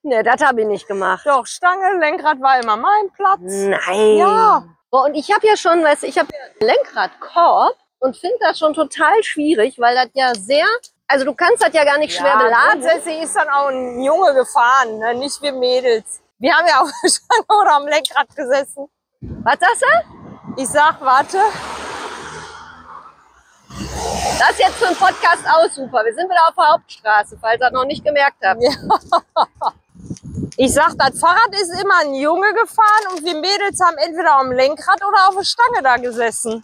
Speaker 2: Nee, das habe ich nicht gemacht.
Speaker 1: Doch, Stange, Lenkrad war immer mein
Speaker 2: Hm.
Speaker 1: Platz.
Speaker 2: Nein.
Speaker 1: Ja.
Speaker 2: Boah, und ich habe ja schon, weißt du, ich habe Lenkradkorb und finde das schon total schwierig, weil das ja sehr, also du kannst das ja gar nicht schwer beladen.
Speaker 1: Grundsätzlich ist dann auch ein Junge gefahren, ne? nicht wir Mädels. Wir haben ja auf der Stange oder am Lenkrad gesessen.
Speaker 2: Was sagst du?
Speaker 1: Ich sag, warte.
Speaker 2: Das jetzt für einen Podcast aus, super. Wir sind wieder auf der Hauptstraße, falls ihr das noch nicht gemerkt habt.
Speaker 1: Ich sag, das Fahrrad ist immer ein Junge gefahren und wir Mädels haben entweder am Lenkrad oder auf der Stange da gesessen.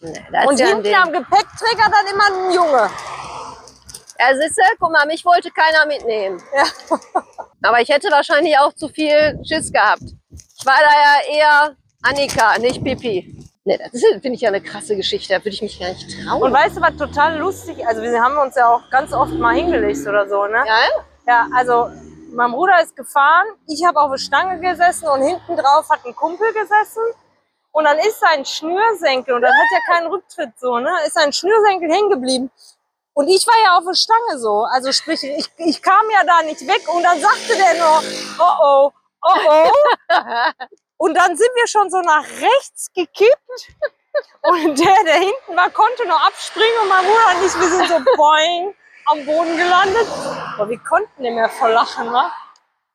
Speaker 2: Nee, das
Speaker 1: Und
Speaker 2: ist ja ein
Speaker 1: hinten
Speaker 2: Ding.
Speaker 1: am Gepäckträger dann immer ein Junge.
Speaker 2: Ja, siehste, guck mal, mich wollte keiner mitnehmen.
Speaker 1: Ja.
Speaker 2: Aber ich hätte wahrscheinlich auch zu viel Schiss gehabt. Ich war da ja eher Annika, nicht Pipi. Nee, das ist- finde ich ja eine krasse Geschichte. Da würde ich mich gar nicht trauen.
Speaker 1: Und weißt du, was total lustig Also, wir haben uns ja auch ganz oft mal hingelegt oder so, ne?
Speaker 2: ja, ja.
Speaker 1: Ja, also mein Bruder ist gefahren, ich habe auf der Stange gesessen und hinten drauf hat ein Kumpel gesessen. Und dann ist sein Schnürsenkel, und das hat ja keinen Rücktritt so, ne? Ist sein Schnürsenkel hängen geblieben. Und ich war ja auf der Stange so. Also sprich, ich, ich kam ja da nicht weg und dann sagte der nur, oh oh, oh oh. Und dann sind wir schon so nach rechts gekippt. Und der, der hinten war, konnte noch abspringen und mein Bruder und ich, wir sind so boing am Boden gelandet. Aber wir konnten nicht mehr voll lachen, wa?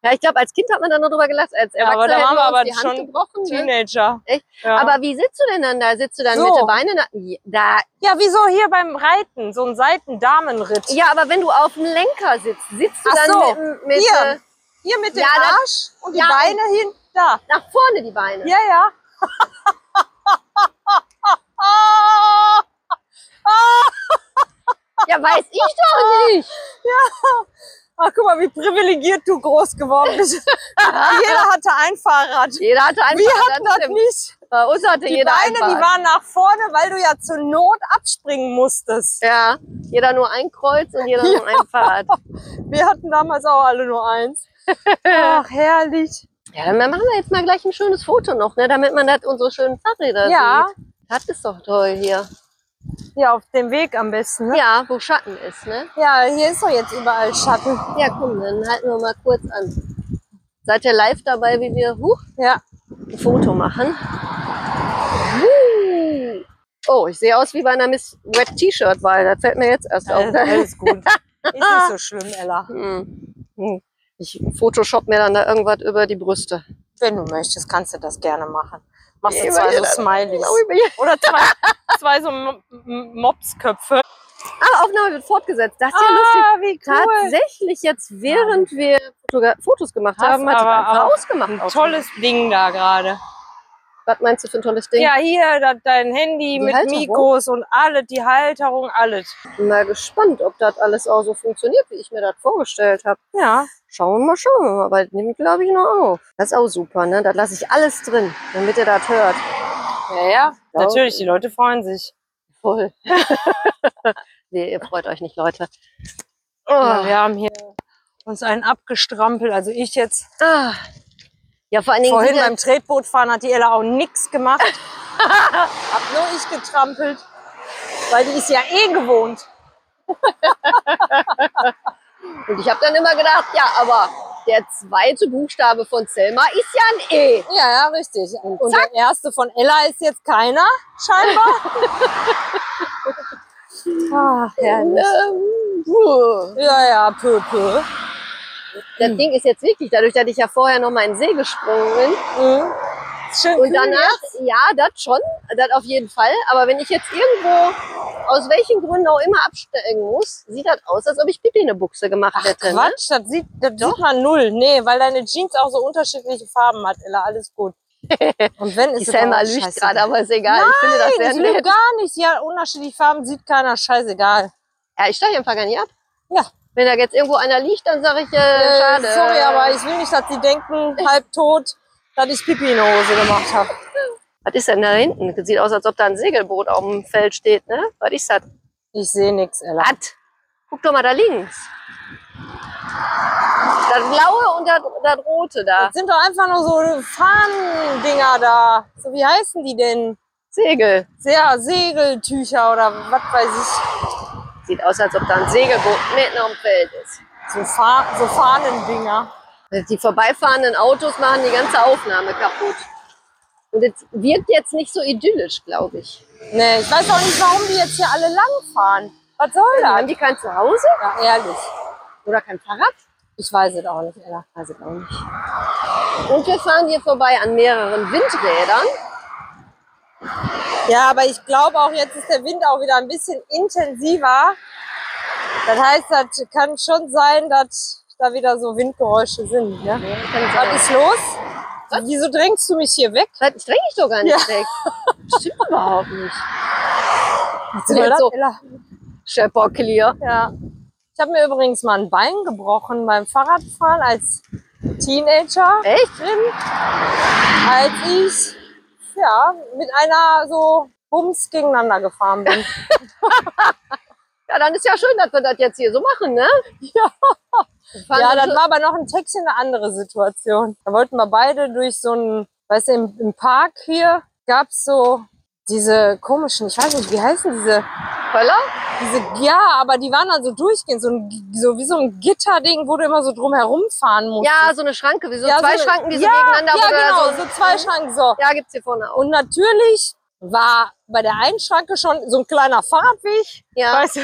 Speaker 2: ja ich glaube, als Kind hat man da nur drüber gelacht. Als
Speaker 1: Ja, aber
Speaker 2: Erwachsener
Speaker 1: da waren
Speaker 2: hätten
Speaker 1: wir
Speaker 2: uns
Speaker 1: aber
Speaker 2: die Hand
Speaker 1: schon
Speaker 2: gebrochen. Ne?
Speaker 1: Teenager.
Speaker 2: Echt?
Speaker 1: Ja.
Speaker 2: Aber wie sitzt du denn dann da? Sitzt du dann
Speaker 1: So.
Speaker 2: mit den Beinen? Da, da
Speaker 1: ja, wieso hier beim Reiten? So ein Seitendamenritt.
Speaker 2: Ja, aber wenn du auf dem Lenker sitzt, sitzt du
Speaker 1: Ach
Speaker 2: dann
Speaker 1: so,
Speaker 2: mit, mit
Speaker 1: hier.
Speaker 2: äh,
Speaker 1: Hier mit dem
Speaker 2: Ja, das-
Speaker 1: Arsch und die
Speaker 2: Ja, und-
Speaker 1: Beine hin. Da.
Speaker 2: nach vorne die Beine.
Speaker 1: Ja, ja. Ah,
Speaker 2: Ja, weiß ich doch nicht.
Speaker 1: Ach, Ah, guck mal, wie privilegiert du groß geworden bist. Jeder hatte ein Fahrrad.
Speaker 2: Jeder hatte einfach
Speaker 1: Wir hatten das
Speaker 2: stimmt.
Speaker 1: nicht.
Speaker 2: Bei uns hatte
Speaker 1: Die
Speaker 2: jeder
Speaker 1: Beine,
Speaker 2: ein
Speaker 1: die
Speaker 2: Bad.
Speaker 1: waren nach vorne, weil du ja zur Not abspringen musstest.
Speaker 2: Ja, jeder nur ein Kreuz und jeder nur ein Pfad.
Speaker 1: Wir hatten damals auch alle nur eins. Ach, herrlich.
Speaker 2: Ja, dann machen wir jetzt mal gleich ein schönes Foto noch, ne, damit man das unsere schönen Fahrräder
Speaker 1: Ja,
Speaker 2: sieht. Das ist doch toll hier.
Speaker 1: ja, auf dem Weg am besten. Ne?
Speaker 2: Ja, wo Schatten ist, ne?
Speaker 1: Ja. hier ist doch jetzt überall Schatten.
Speaker 2: Ja, komm, dann halten wir mal kurz an. Seid ihr live dabei, wie wir huch,
Speaker 1: Ja.
Speaker 2: ein Foto machen? Wuh. Oh, ich sehe aus wie bei einer Miss Wet T-Shirt-Wahl. Das fällt mir jetzt erst auf.
Speaker 1: Alles, alles gut. Ist nicht so schlimm, Ella.
Speaker 2: Hm. Hm. Ich photoshop mir dann da irgendwas über die Brüste.
Speaker 1: Wenn du möchtest, kannst du das gerne machen. Machst du
Speaker 2: Ja,
Speaker 1: zwei so
Speaker 2: ja,
Speaker 1: Smileys.
Speaker 2: Aber
Speaker 1: Oder zwei, zwei so M- M- Mopsköpfe.
Speaker 2: Ah, Aufnahme wird fortgesetzt. Das ist
Speaker 1: Ah,
Speaker 2: ja lustig.
Speaker 1: wie
Speaker 2: Tatsächlich jetzt, während wir Fotogra- Fotos gemacht
Speaker 1: Hast
Speaker 2: haben, hat es
Speaker 1: aber
Speaker 2: einfach
Speaker 1: auch
Speaker 2: ausgemacht.
Speaker 1: Ein
Speaker 2: Aufnahme.
Speaker 1: tolles Ding da gerade.
Speaker 2: Was meinst du für ein tolles Ding?
Speaker 1: Ja, hier da, dein Handy
Speaker 2: Die
Speaker 1: mit
Speaker 2: Halterung?
Speaker 1: Mikros und alles, die Halterung, alles.
Speaker 2: Bin mal gespannt, ob das alles auch so funktioniert, wie ich mir das vorgestellt habe.
Speaker 1: Ja,
Speaker 2: Schauen wir mal, schauen wir mal. Aber das nimmt, glaube ich, noch auf. Das ist auch super, ne? Da lasse ich alles drin, damit ihr das hört.
Speaker 1: ja, ja. Natürlich, die Leute freuen sich.
Speaker 2: Voll. nee, ihr freut euch nicht, Leute. Oh.
Speaker 1: Ja,
Speaker 2: Ja,
Speaker 1: wir haben hier uns einen abgestrampelt, also ich jetzt.
Speaker 2: ah. ja vor allen Dingen.
Speaker 1: Vorhin
Speaker 2: sind ja-
Speaker 1: beim Tretbootfahren hat die Ella auch nichts gemacht. Hab nur ich getrampelt, weil die ist ja eh gewohnt.
Speaker 2: Und ich habe dann immer gedacht, ja, aber der zweite Buchstabe von Selma ist ja ein E.
Speaker 1: Ja, ja, richtig. Und, der erste von Ella ist jetzt keiner, scheinbar. Ach, herrlich.
Speaker 2: Ähm, puh.
Speaker 1: Ja, ja, peu, peu. Hm.
Speaker 2: Das Ding ist jetzt wichtig, dadurch, dass ich ja vorher noch mal in den See gesprungen bin.
Speaker 1: Mhm. Ist Schön
Speaker 2: Und
Speaker 1: kühl,
Speaker 2: danach, ja, das schon, das auf jeden Fall. Aber wenn ich jetzt irgendwo, aus welchen Gründen auch immer, absteigen muss, sieht das aus, als ob ich Pipi in eine Buchse gemacht
Speaker 1: Ach
Speaker 2: hätte. Ne?
Speaker 1: Quatsch, das, sieht, das sieht man null. Nee, weil deine Jeans auch so unterschiedliche Farben hat, Ella. Alles gut. Und wenn
Speaker 2: Die
Speaker 1: ist
Speaker 2: Selma
Speaker 1: überhaupt
Speaker 2: lügt
Speaker 1: scheißegal.
Speaker 2: gerade, aber ist egal. ich finde das
Speaker 1: Nein,
Speaker 2: sehr
Speaker 1: ich lüge
Speaker 2: nett.
Speaker 1: gar nicht. Ja, unterschiedliche Farben sieht keiner. Scheißegal.
Speaker 2: Ja, ich steige einfach gar nicht ab.
Speaker 1: Ja.
Speaker 2: Wenn da jetzt irgendwo einer liegt, dann sage ich, äh,
Speaker 1: Äh,
Speaker 2: schade.
Speaker 1: Sorry, aber ich will nicht, dass sie denken, halb tot, dass ich Pipi in der Hose gemacht habe.
Speaker 2: Was ist denn da hinten? Das sieht aus, als ob da ein Segelboot auf dem Feld steht, ne? Was ist das?
Speaker 1: Ich sehe nichts, Ella.
Speaker 2: Was? Guck doch mal da links. Das blaue und das, das rote da.
Speaker 1: Das sind doch einfach nur so Fahnendinger da. So, wie heißen die denn?
Speaker 2: Segel.
Speaker 1: Sehr Segeltücher oder was weiß ich.
Speaker 2: Sieht aus, als ob da ein Segelboot mitten auf dem Feld ist. Also
Speaker 1: So, Fa so Fahnendinger.
Speaker 2: Die vorbeifahrenden Autos machen die ganze Aufnahme kaputt. Und es wird jetzt nicht so idyllisch, glaube ich.
Speaker 1: Nee, ich weiß auch nicht, warum die jetzt hier alle langfahren. Was soll
Speaker 2: Haben
Speaker 1: das?
Speaker 2: die kein Zuhause
Speaker 1: Ja, ehrlich.
Speaker 2: oder kein Fahrrad?
Speaker 1: Ich weiß es auch nicht, Ella.
Speaker 2: Weiß ich auch nicht. Und wir fahren hier vorbei an mehreren Windrädern.
Speaker 1: Ja, aber ich glaube auch, jetzt ist der Wind auch wieder ein bisschen intensiver. Das heißt, das kann schon sein, dass da wieder so Windgeräusche sind. Ne?
Speaker 2: Kann sein.
Speaker 1: Was ist los? Wieso drängst du mich hier weg?
Speaker 2: Was? Ich dränge dich doch gar nicht
Speaker 1: Ja.
Speaker 2: weg. Stimmt überhaupt nicht.
Speaker 1: Was soll das,
Speaker 2: so.
Speaker 1: Ella?
Speaker 2: Schepper clear.
Speaker 1: Ja. Ich habe mir übrigens mal ein Bein gebrochen beim Fahrradfahren als Teenager,
Speaker 2: Echt?
Speaker 1: als ich ja, mit einer so Bums gegeneinander gefahren bin.
Speaker 2: Ja, dann ist ja schön, dass wir das jetzt hier so machen, ne?
Speaker 1: Ja.
Speaker 2: Wir fahren
Speaker 1: ja,
Speaker 2: dann
Speaker 1: das
Speaker 2: so-
Speaker 1: war aber noch ein Textchen eine andere Situation. Da wollten wir beide durch so einen, weißt du, im, im Park hier gab's so diese komischen, ich weiß nicht, wie heißen diese,
Speaker 2: Völler?
Speaker 1: diese, ja, aber die waren dann so durchgehend, so, ein, so wie so ein Gitterding, wo du immer so drum herumfahren musst.
Speaker 2: Ja, so eine Schranke, wie so
Speaker 1: Ja,
Speaker 2: zwei
Speaker 1: so-
Speaker 2: Schranken, die so
Speaker 1: ja,
Speaker 2: gegeneinander
Speaker 1: ja,
Speaker 2: wo du da
Speaker 1: genau,
Speaker 2: so, Mhm.
Speaker 1: so zwei Schranken, so.
Speaker 2: Ja, gibt's hier vorne auch.
Speaker 1: Und natürlich war bei der einen Schranke schon so ein kleiner Fahrradweg,
Speaker 2: Ja.
Speaker 1: weißt du,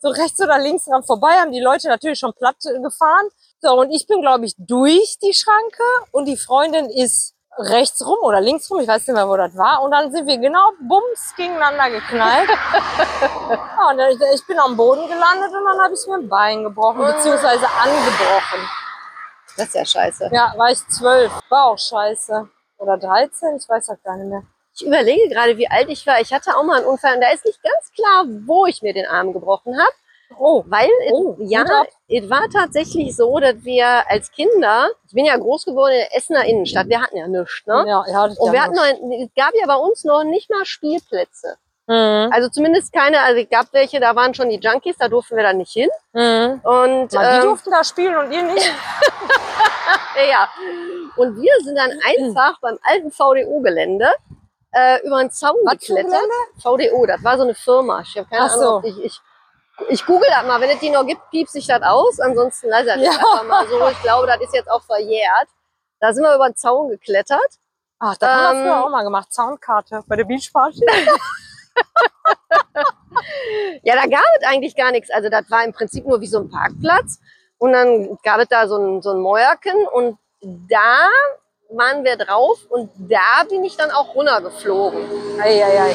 Speaker 1: so rechts oder links dran vorbei, haben die Leute natürlich schon platt äh, gefahren. So, und ich bin, glaube ich, durch die Schranke und die Freundin ist rechts rum oder links rum, ich weiß nicht mehr, wo das war. Und dann sind wir genau bums gegeneinander geknallt. ja, und dann, ich- ich bin am Boden gelandet und dann habe ich mir ein Bein gebrochen, beziehungsweise angebrochen.
Speaker 2: Das ist ja scheiße.
Speaker 1: Ja, war ich zwölf, war auch scheiße. Oder 13, ich weiß das gar nicht mehr.
Speaker 2: Ich überlege gerade, wie alt ich war. Ich hatte auch mal einen Unfall und da ist nicht ganz klar, wo ich mir den Arm gebrochen habe.
Speaker 1: Oh.
Speaker 2: Weil, it-
Speaker 1: Oh,
Speaker 2: ja,
Speaker 1: gut ab.
Speaker 2: es war tatsächlich so, dass wir als Kinder, ich bin ja groß geworden in der Essener Innenstadt, wir hatten ja nichts, ne?
Speaker 1: Ja, ja, das
Speaker 2: Und wir
Speaker 1: ja
Speaker 2: hatten noch, es gab ja bei uns noch nicht mal Spielplätze.
Speaker 1: Mhm.
Speaker 2: Also zumindest keine, also es gab welche, da waren schon die Junkies, da durften wir dann nicht hin.
Speaker 1: Mhm.
Speaker 2: Und,
Speaker 1: Man, die
Speaker 2: ähm,
Speaker 1: durften da spielen und ihr nicht.
Speaker 2: Ja, ja. Und wir sind dann einfach beim alten VDO-Gelände äh, über einen Zaun
Speaker 1: Was für ein
Speaker 2: geklettert. VDO, das war so eine Firma. Ich habe keine
Speaker 1: Ach
Speaker 2: Ahnung,
Speaker 1: so.
Speaker 2: ob ich, ich, ich google das mal. Wenn es die noch gibt, piepst ich das aus. Ansonsten lasse ich das
Speaker 1: Ja.
Speaker 2: jetzt einfach mal so. Ich glaube, das ist jetzt auch verjährt. Da sind wir über den Zaun geklettert.
Speaker 1: Ach, das haben wir
Speaker 2: Ähm,
Speaker 1: früher auch mal gemacht. Soundkarte bei der Beachparty.
Speaker 2: Ja, da gab es eigentlich gar nichts. Also das war im Prinzip nur wie so ein Parkplatz. Und dann gab es da so ein, so ein Mäuerken und da waren wir drauf und da bin ich dann auch runtergeflogen.
Speaker 1: Eieiei.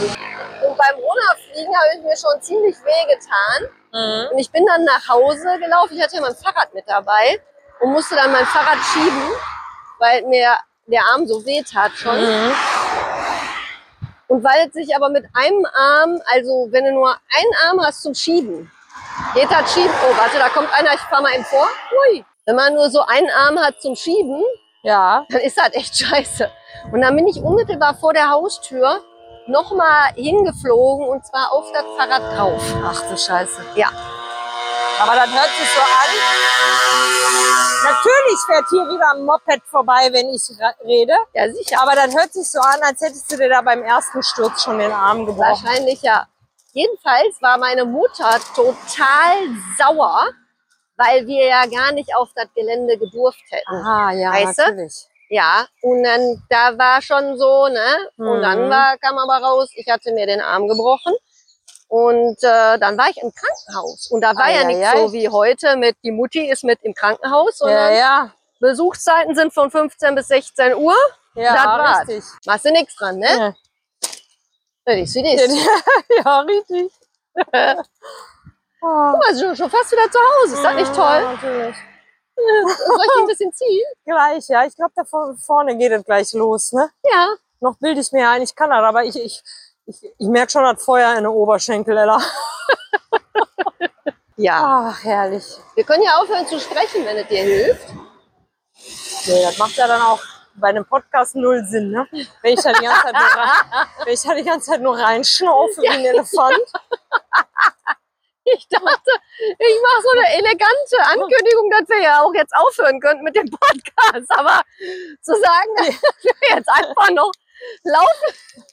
Speaker 2: Und beim Runterfliegen habe ich mir schon ziemlich weh getan.
Speaker 1: Mhm.
Speaker 2: Und ich bin dann nach Hause gelaufen. Ich hatte ja mein Fahrrad mit dabei und musste dann mein Fahrrad schieben, weil mir der Arm so weh tat schon.
Speaker 1: Mhm.
Speaker 2: Und weil es sich aber mit einem Arm, also wenn du nur einen Arm hast zum Schieben, geht das Schieben. Oh, warte, da kommt einer, ich fahr mal eben vor. Hui. Wenn man nur so einen Arm hat zum Schieben,
Speaker 1: Ja.
Speaker 2: dann ist das echt scheiße. Und dann bin ich unmittelbar vor der Haustür nochmal hingeflogen und zwar auf das Fahrrad drauf.
Speaker 1: Ach du Scheiße.
Speaker 2: Ja.
Speaker 1: Aber das hört sich so an. Natürlich fährt hier wieder ein Moped vorbei, wenn ich ra- rede.
Speaker 2: Ja, sicher.
Speaker 1: Aber das hört sich so an, als hättest du dir da beim ersten Sturz schon den Arm gebrochen.
Speaker 2: Wahrscheinlich ja. Jedenfalls war meine Mutter total sauer, weil wir ja gar nicht auf das Gelände gedurft hätten.
Speaker 1: Ah, ja,
Speaker 2: Weißt du?
Speaker 1: natürlich.
Speaker 2: Ja, und dann da war schon so, ne? Und
Speaker 1: Mhm.
Speaker 2: dann war, kam aber raus, ich hatte mir den Arm gebrochen. Und äh, dann war ich im Krankenhaus. Und da war ja nicht
Speaker 1: Eieiei.
Speaker 2: so wie heute mit, die Mutti ist mit im Krankenhaus,
Speaker 1: Ja,
Speaker 2: sondern
Speaker 1: ja.
Speaker 2: Besuchszeiten sind von 15 bis 16 Uhr.
Speaker 1: Ja,
Speaker 2: Das war's.
Speaker 1: richtig.
Speaker 2: Machst du nichts dran, ne?
Speaker 1: Ja.
Speaker 2: Ja. Ich sehe dich. Guck
Speaker 1: ja, richtig. oh.
Speaker 2: mal, also schon, schon fast wieder zu Hause. Ist das nicht toll?
Speaker 1: Ja, natürlich.
Speaker 2: Soll ich die ein bisschen ziehen?
Speaker 1: Gleich, ja. Ich glaube, da vor- vorne geht es gleich los, ne?
Speaker 2: Ja.
Speaker 1: Noch bilde ich mir ein, ich kann das, aber ich, ich, ich, ich merke schon das Feuer in den Oberschenkel, Ella.
Speaker 2: Ja.
Speaker 1: Ach, herrlich.
Speaker 2: Wir können ja aufhören zu sprechen, wenn es dir hilft.
Speaker 1: Nee, das macht ja dann auch bei einem Podcast null Sinn, ne? Wenn ich da die ganze Zeit nur, rein- wenn ich da die ganze Zeit nur reinschnaufe wie ein Elefant.
Speaker 2: Ich dachte, ich mache so eine elegante Ankündigung, dass wir ja auch jetzt aufhören könnten mit dem Podcast. Aber zu sagen, dass wir jetzt einfach noch laufen,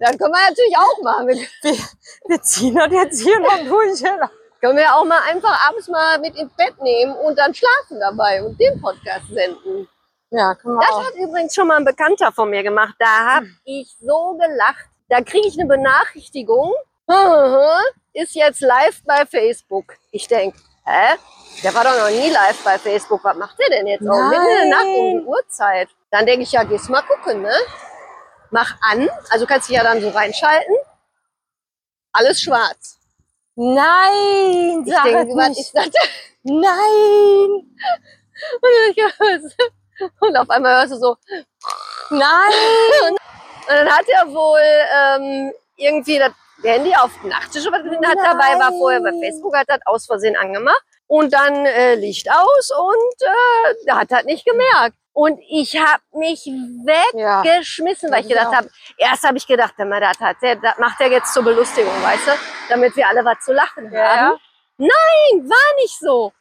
Speaker 2: dann können wir natürlich auch mal. Wir
Speaker 1: Wir, wir ziehen das jetzt hier noch durch, Ella.
Speaker 2: können wir auch mal einfach abends mal mit ins Bett nehmen und dann schlafen dabei und den Podcast senden.
Speaker 1: Ja, können wir
Speaker 2: Das
Speaker 1: auch.
Speaker 2: hat übrigens schon mal ein Bekannter von mir gemacht. Da habe
Speaker 1: Hm.
Speaker 2: ich so gelacht. Da kriege ich eine Benachrichtigung. Ist jetzt live bei Facebook. Ich denk, hä? Der war doch noch nie live bei Facebook. Was macht der denn jetzt? Oh, mitten in der Nacht um die
Speaker 1: Nein.
Speaker 2: Uhrzeit. Dann denke ich, ja, gehst mal gucken, ne? Mach an. Also kannst dich ja dann so reinschalten. Alles schwarz.
Speaker 1: Nein,
Speaker 2: Ich
Speaker 1: sag
Speaker 2: denke,
Speaker 1: es
Speaker 2: was
Speaker 1: nicht.
Speaker 2: ist das?
Speaker 1: Nein,
Speaker 2: Und auf einmal hörst du so,
Speaker 1: nein.
Speaker 2: Und dann hat er wohl ähm, irgendwie das Handy auf den Nachttisch oder was hat dabei, war vorher bei
Speaker 1: Nein.
Speaker 2: Facebook, hat das aus Versehen angemacht. Und dann äh, Licht aus und äh, hat das nicht gemerkt. Und ich habe mich
Speaker 1: Ja.
Speaker 2: weggeschmissen, weil ich
Speaker 1: Ja.
Speaker 2: gedacht habe, erst habe ich gedacht, wenn man das hat, der- das macht er jetzt zur Belustigung, weißt du, damit wir alle was zu lachen haben. Nein, war nicht so.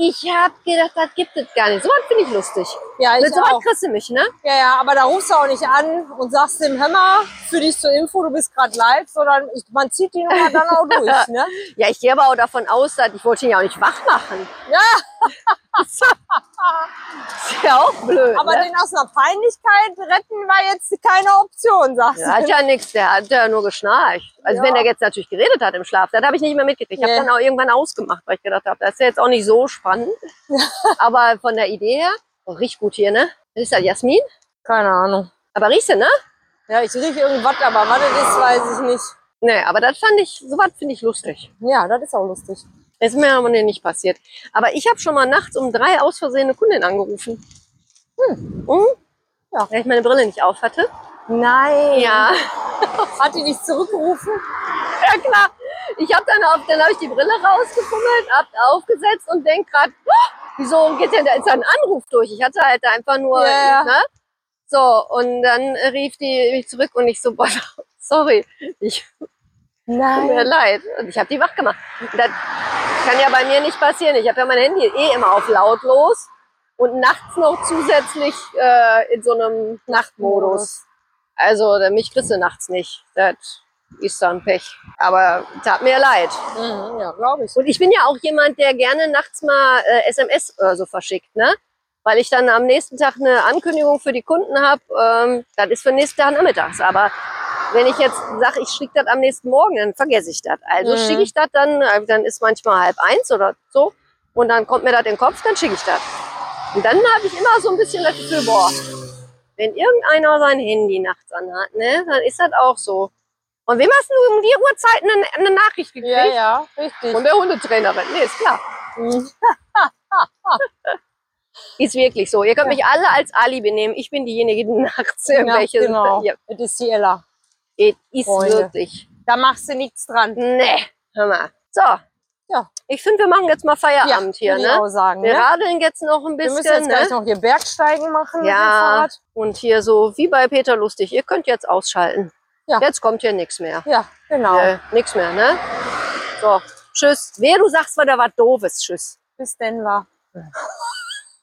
Speaker 2: Ich habe gedacht, das gibt es gar nicht. So was finde ich lustig.
Speaker 1: Ja, ich
Speaker 2: Mit so
Speaker 1: auch.
Speaker 2: was kriegst du mich, ne?
Speaker 1: Ja, ja, aber da rufst du auch nicht an und sagst dem Hämmer für dich zur Info, du bist gerade live, sondern ich, man zieht die Nummer dann auch durch, ne?
Speaker 2: Ja, ich gehe aber auch davon aus, dass ich wollte ihn ja auch nicht wach machen.
Speaker 1: Ja.
Speaker 2: Ist ja auch blöd.
Speaker 1: Aber
Speaker 2: ne?
Speaker 1: den aus einer Peinlichkeit retten war jetzt keine Option, sagst
Speaker 2: der hat
Speaker 1: du.
Speaker 2: ja nichts, der hat ja nur geschnarcht. Also
Speaker 1: Ja.
Speaker 2: wenn der jetzt natürlich geredet hat im Schlaf, das habe ich nicht mehr mitgekriegt. Ich
Speaker 1: Nee.
Speaker 2: habe dann auch irgendwann ausgemacht, weil ich gedacht habe, das ist ja jetzt auch nicht so spannend. aber von der Idee her, oh, riecht gut hier, ne? Das ist ja Jasmin.
Speaker 1: Keine Ahnung.
Speaker 2: Aber riechst du, ne?
Speaker 1: Ja, ich riech irgendwas, aber was das ist, weiß ich nicht.
Speaker 2: Nee, aber das fand ich, sowas finde ich lustig.
Speaker 1: Ja, das ist auch lustig.
Speaker 2: Das ist mir aber nicht passiert. Aber ich habe schon mal nachts um drei aus Versehen eine Kundin angerufen. Hm. Mhm.
Speaker 1: Ja.
Speaker 2: Weil ich meine Brille nicht auf hatte.
Speaker 1: Nein.
Speaker 2: Ja.
Speaker 1: Hat die dich zurückgerufen?
Speaker 2: Ja klar. Ich habe dann auf, dann habe ich die Brille rausgefummelt, hab aufgesetzt und denk grad, "Oh, wieso geht denn da jetzt ein Anruf durch? Ich hatte halt da einfach nur,
Speaker 1: Ja, ja.
Speaker 2: ne? So, und dann äh, rief die mich zurück und ich so, boah, sorry, ich tut mir
Speaker 1: Nein.
Speaker 2: leid. Und ich habe die wach gemacht. Und Das kann ja bei mir nicht passieren. Ich habe ja mein Handy eh immer auf lautlos und nachts noch zusätzlich äh, in so einem Nachtmodus. Also da- mich kriegst du nachts nicht. Das ist dann Pech. Aber tat mir leid.
Speaker 1: Mhm, ja, glaube ich.
Speaker 2: Und ich bin ja auch jemand, der gerne nachts mal äh, SMS oder so verschickt, ne? Weil ich dann am nächsten Tag eine Ankündigung für die Kunden habe, ähm, das ist für den nächsten Tag nachmittags. Aber wenn ich jetzt sage, ich schicke das am nächsten Morgen, dann vergesse ich das. Also
Speaker 1: Mhm.
Speaker 2: schicke ich das dann, äh, dann ist manchmal halb eins oder so. Und dann kommt mir das in den Kopf, dann schicke ich das. Und dann habe ich immer so ein bisschen das Gefühl, boah, wenn irgendeiner sein Handy nachts anhat, ne, dann ist das auch so. Und wem hast du um die Uhrzeit eine, eine Nachricht gekriegt?
Speaker 1: Ja, ja, richtig.
Speaker 2: Von der Hundetrainerin. Nee, ist klar.
Speaker 1: Mhm.
Speaker 2: Ist wirklich so. Ihr könnt mich alle als Alibi nehmen. Ich bin diejenige, die nachts irgendwelche.
Speaker 1: ja, genau.
Speaker 2: Ja,
Speaker 1: Das ist die Ella.
Speaker 2: es ist
Speaker 1: Freunde.
Speaker 2: wirklich.
Speaker 1: Da machst du nichts dran.
Speaker 2: Nee, hör mal. So.
Speaker 1: Ja.
Speaker 2: Ich finde, wir machen jetzt mal Feierabend hier,
Speaker 1: würde ich
Speaker 2: ne?
Speaker 1: Auch sagen,
Speaker 2: Wir
Speaker 1: ne?
Speaker 2: radeln jetzt noch ein
Speaker 1: Wir
Speaker 2: bisschen,
Speaker 1: müssen jetzt gleich
Speaker 2: ne?
Speaker 1: noch hier Bergsteigen machen mit dem
Speaker 2: Ja.
Speaker 1: Fahrrad.
Speaker 2: Und hier so wie bei Peter Lustig. Ihr könnt jetzt ausschalten.
Speaker 1: Ja.
Speaker 2: Jetzt kommt hier nichts mehr.
Speaker 1: Ja, genau.
Speaker 2: Äh, nix mehr, ne? So. Tschüss. Wer du sagst, war da was Doofes. Tschüss.
Speaker 1: Bis denn war.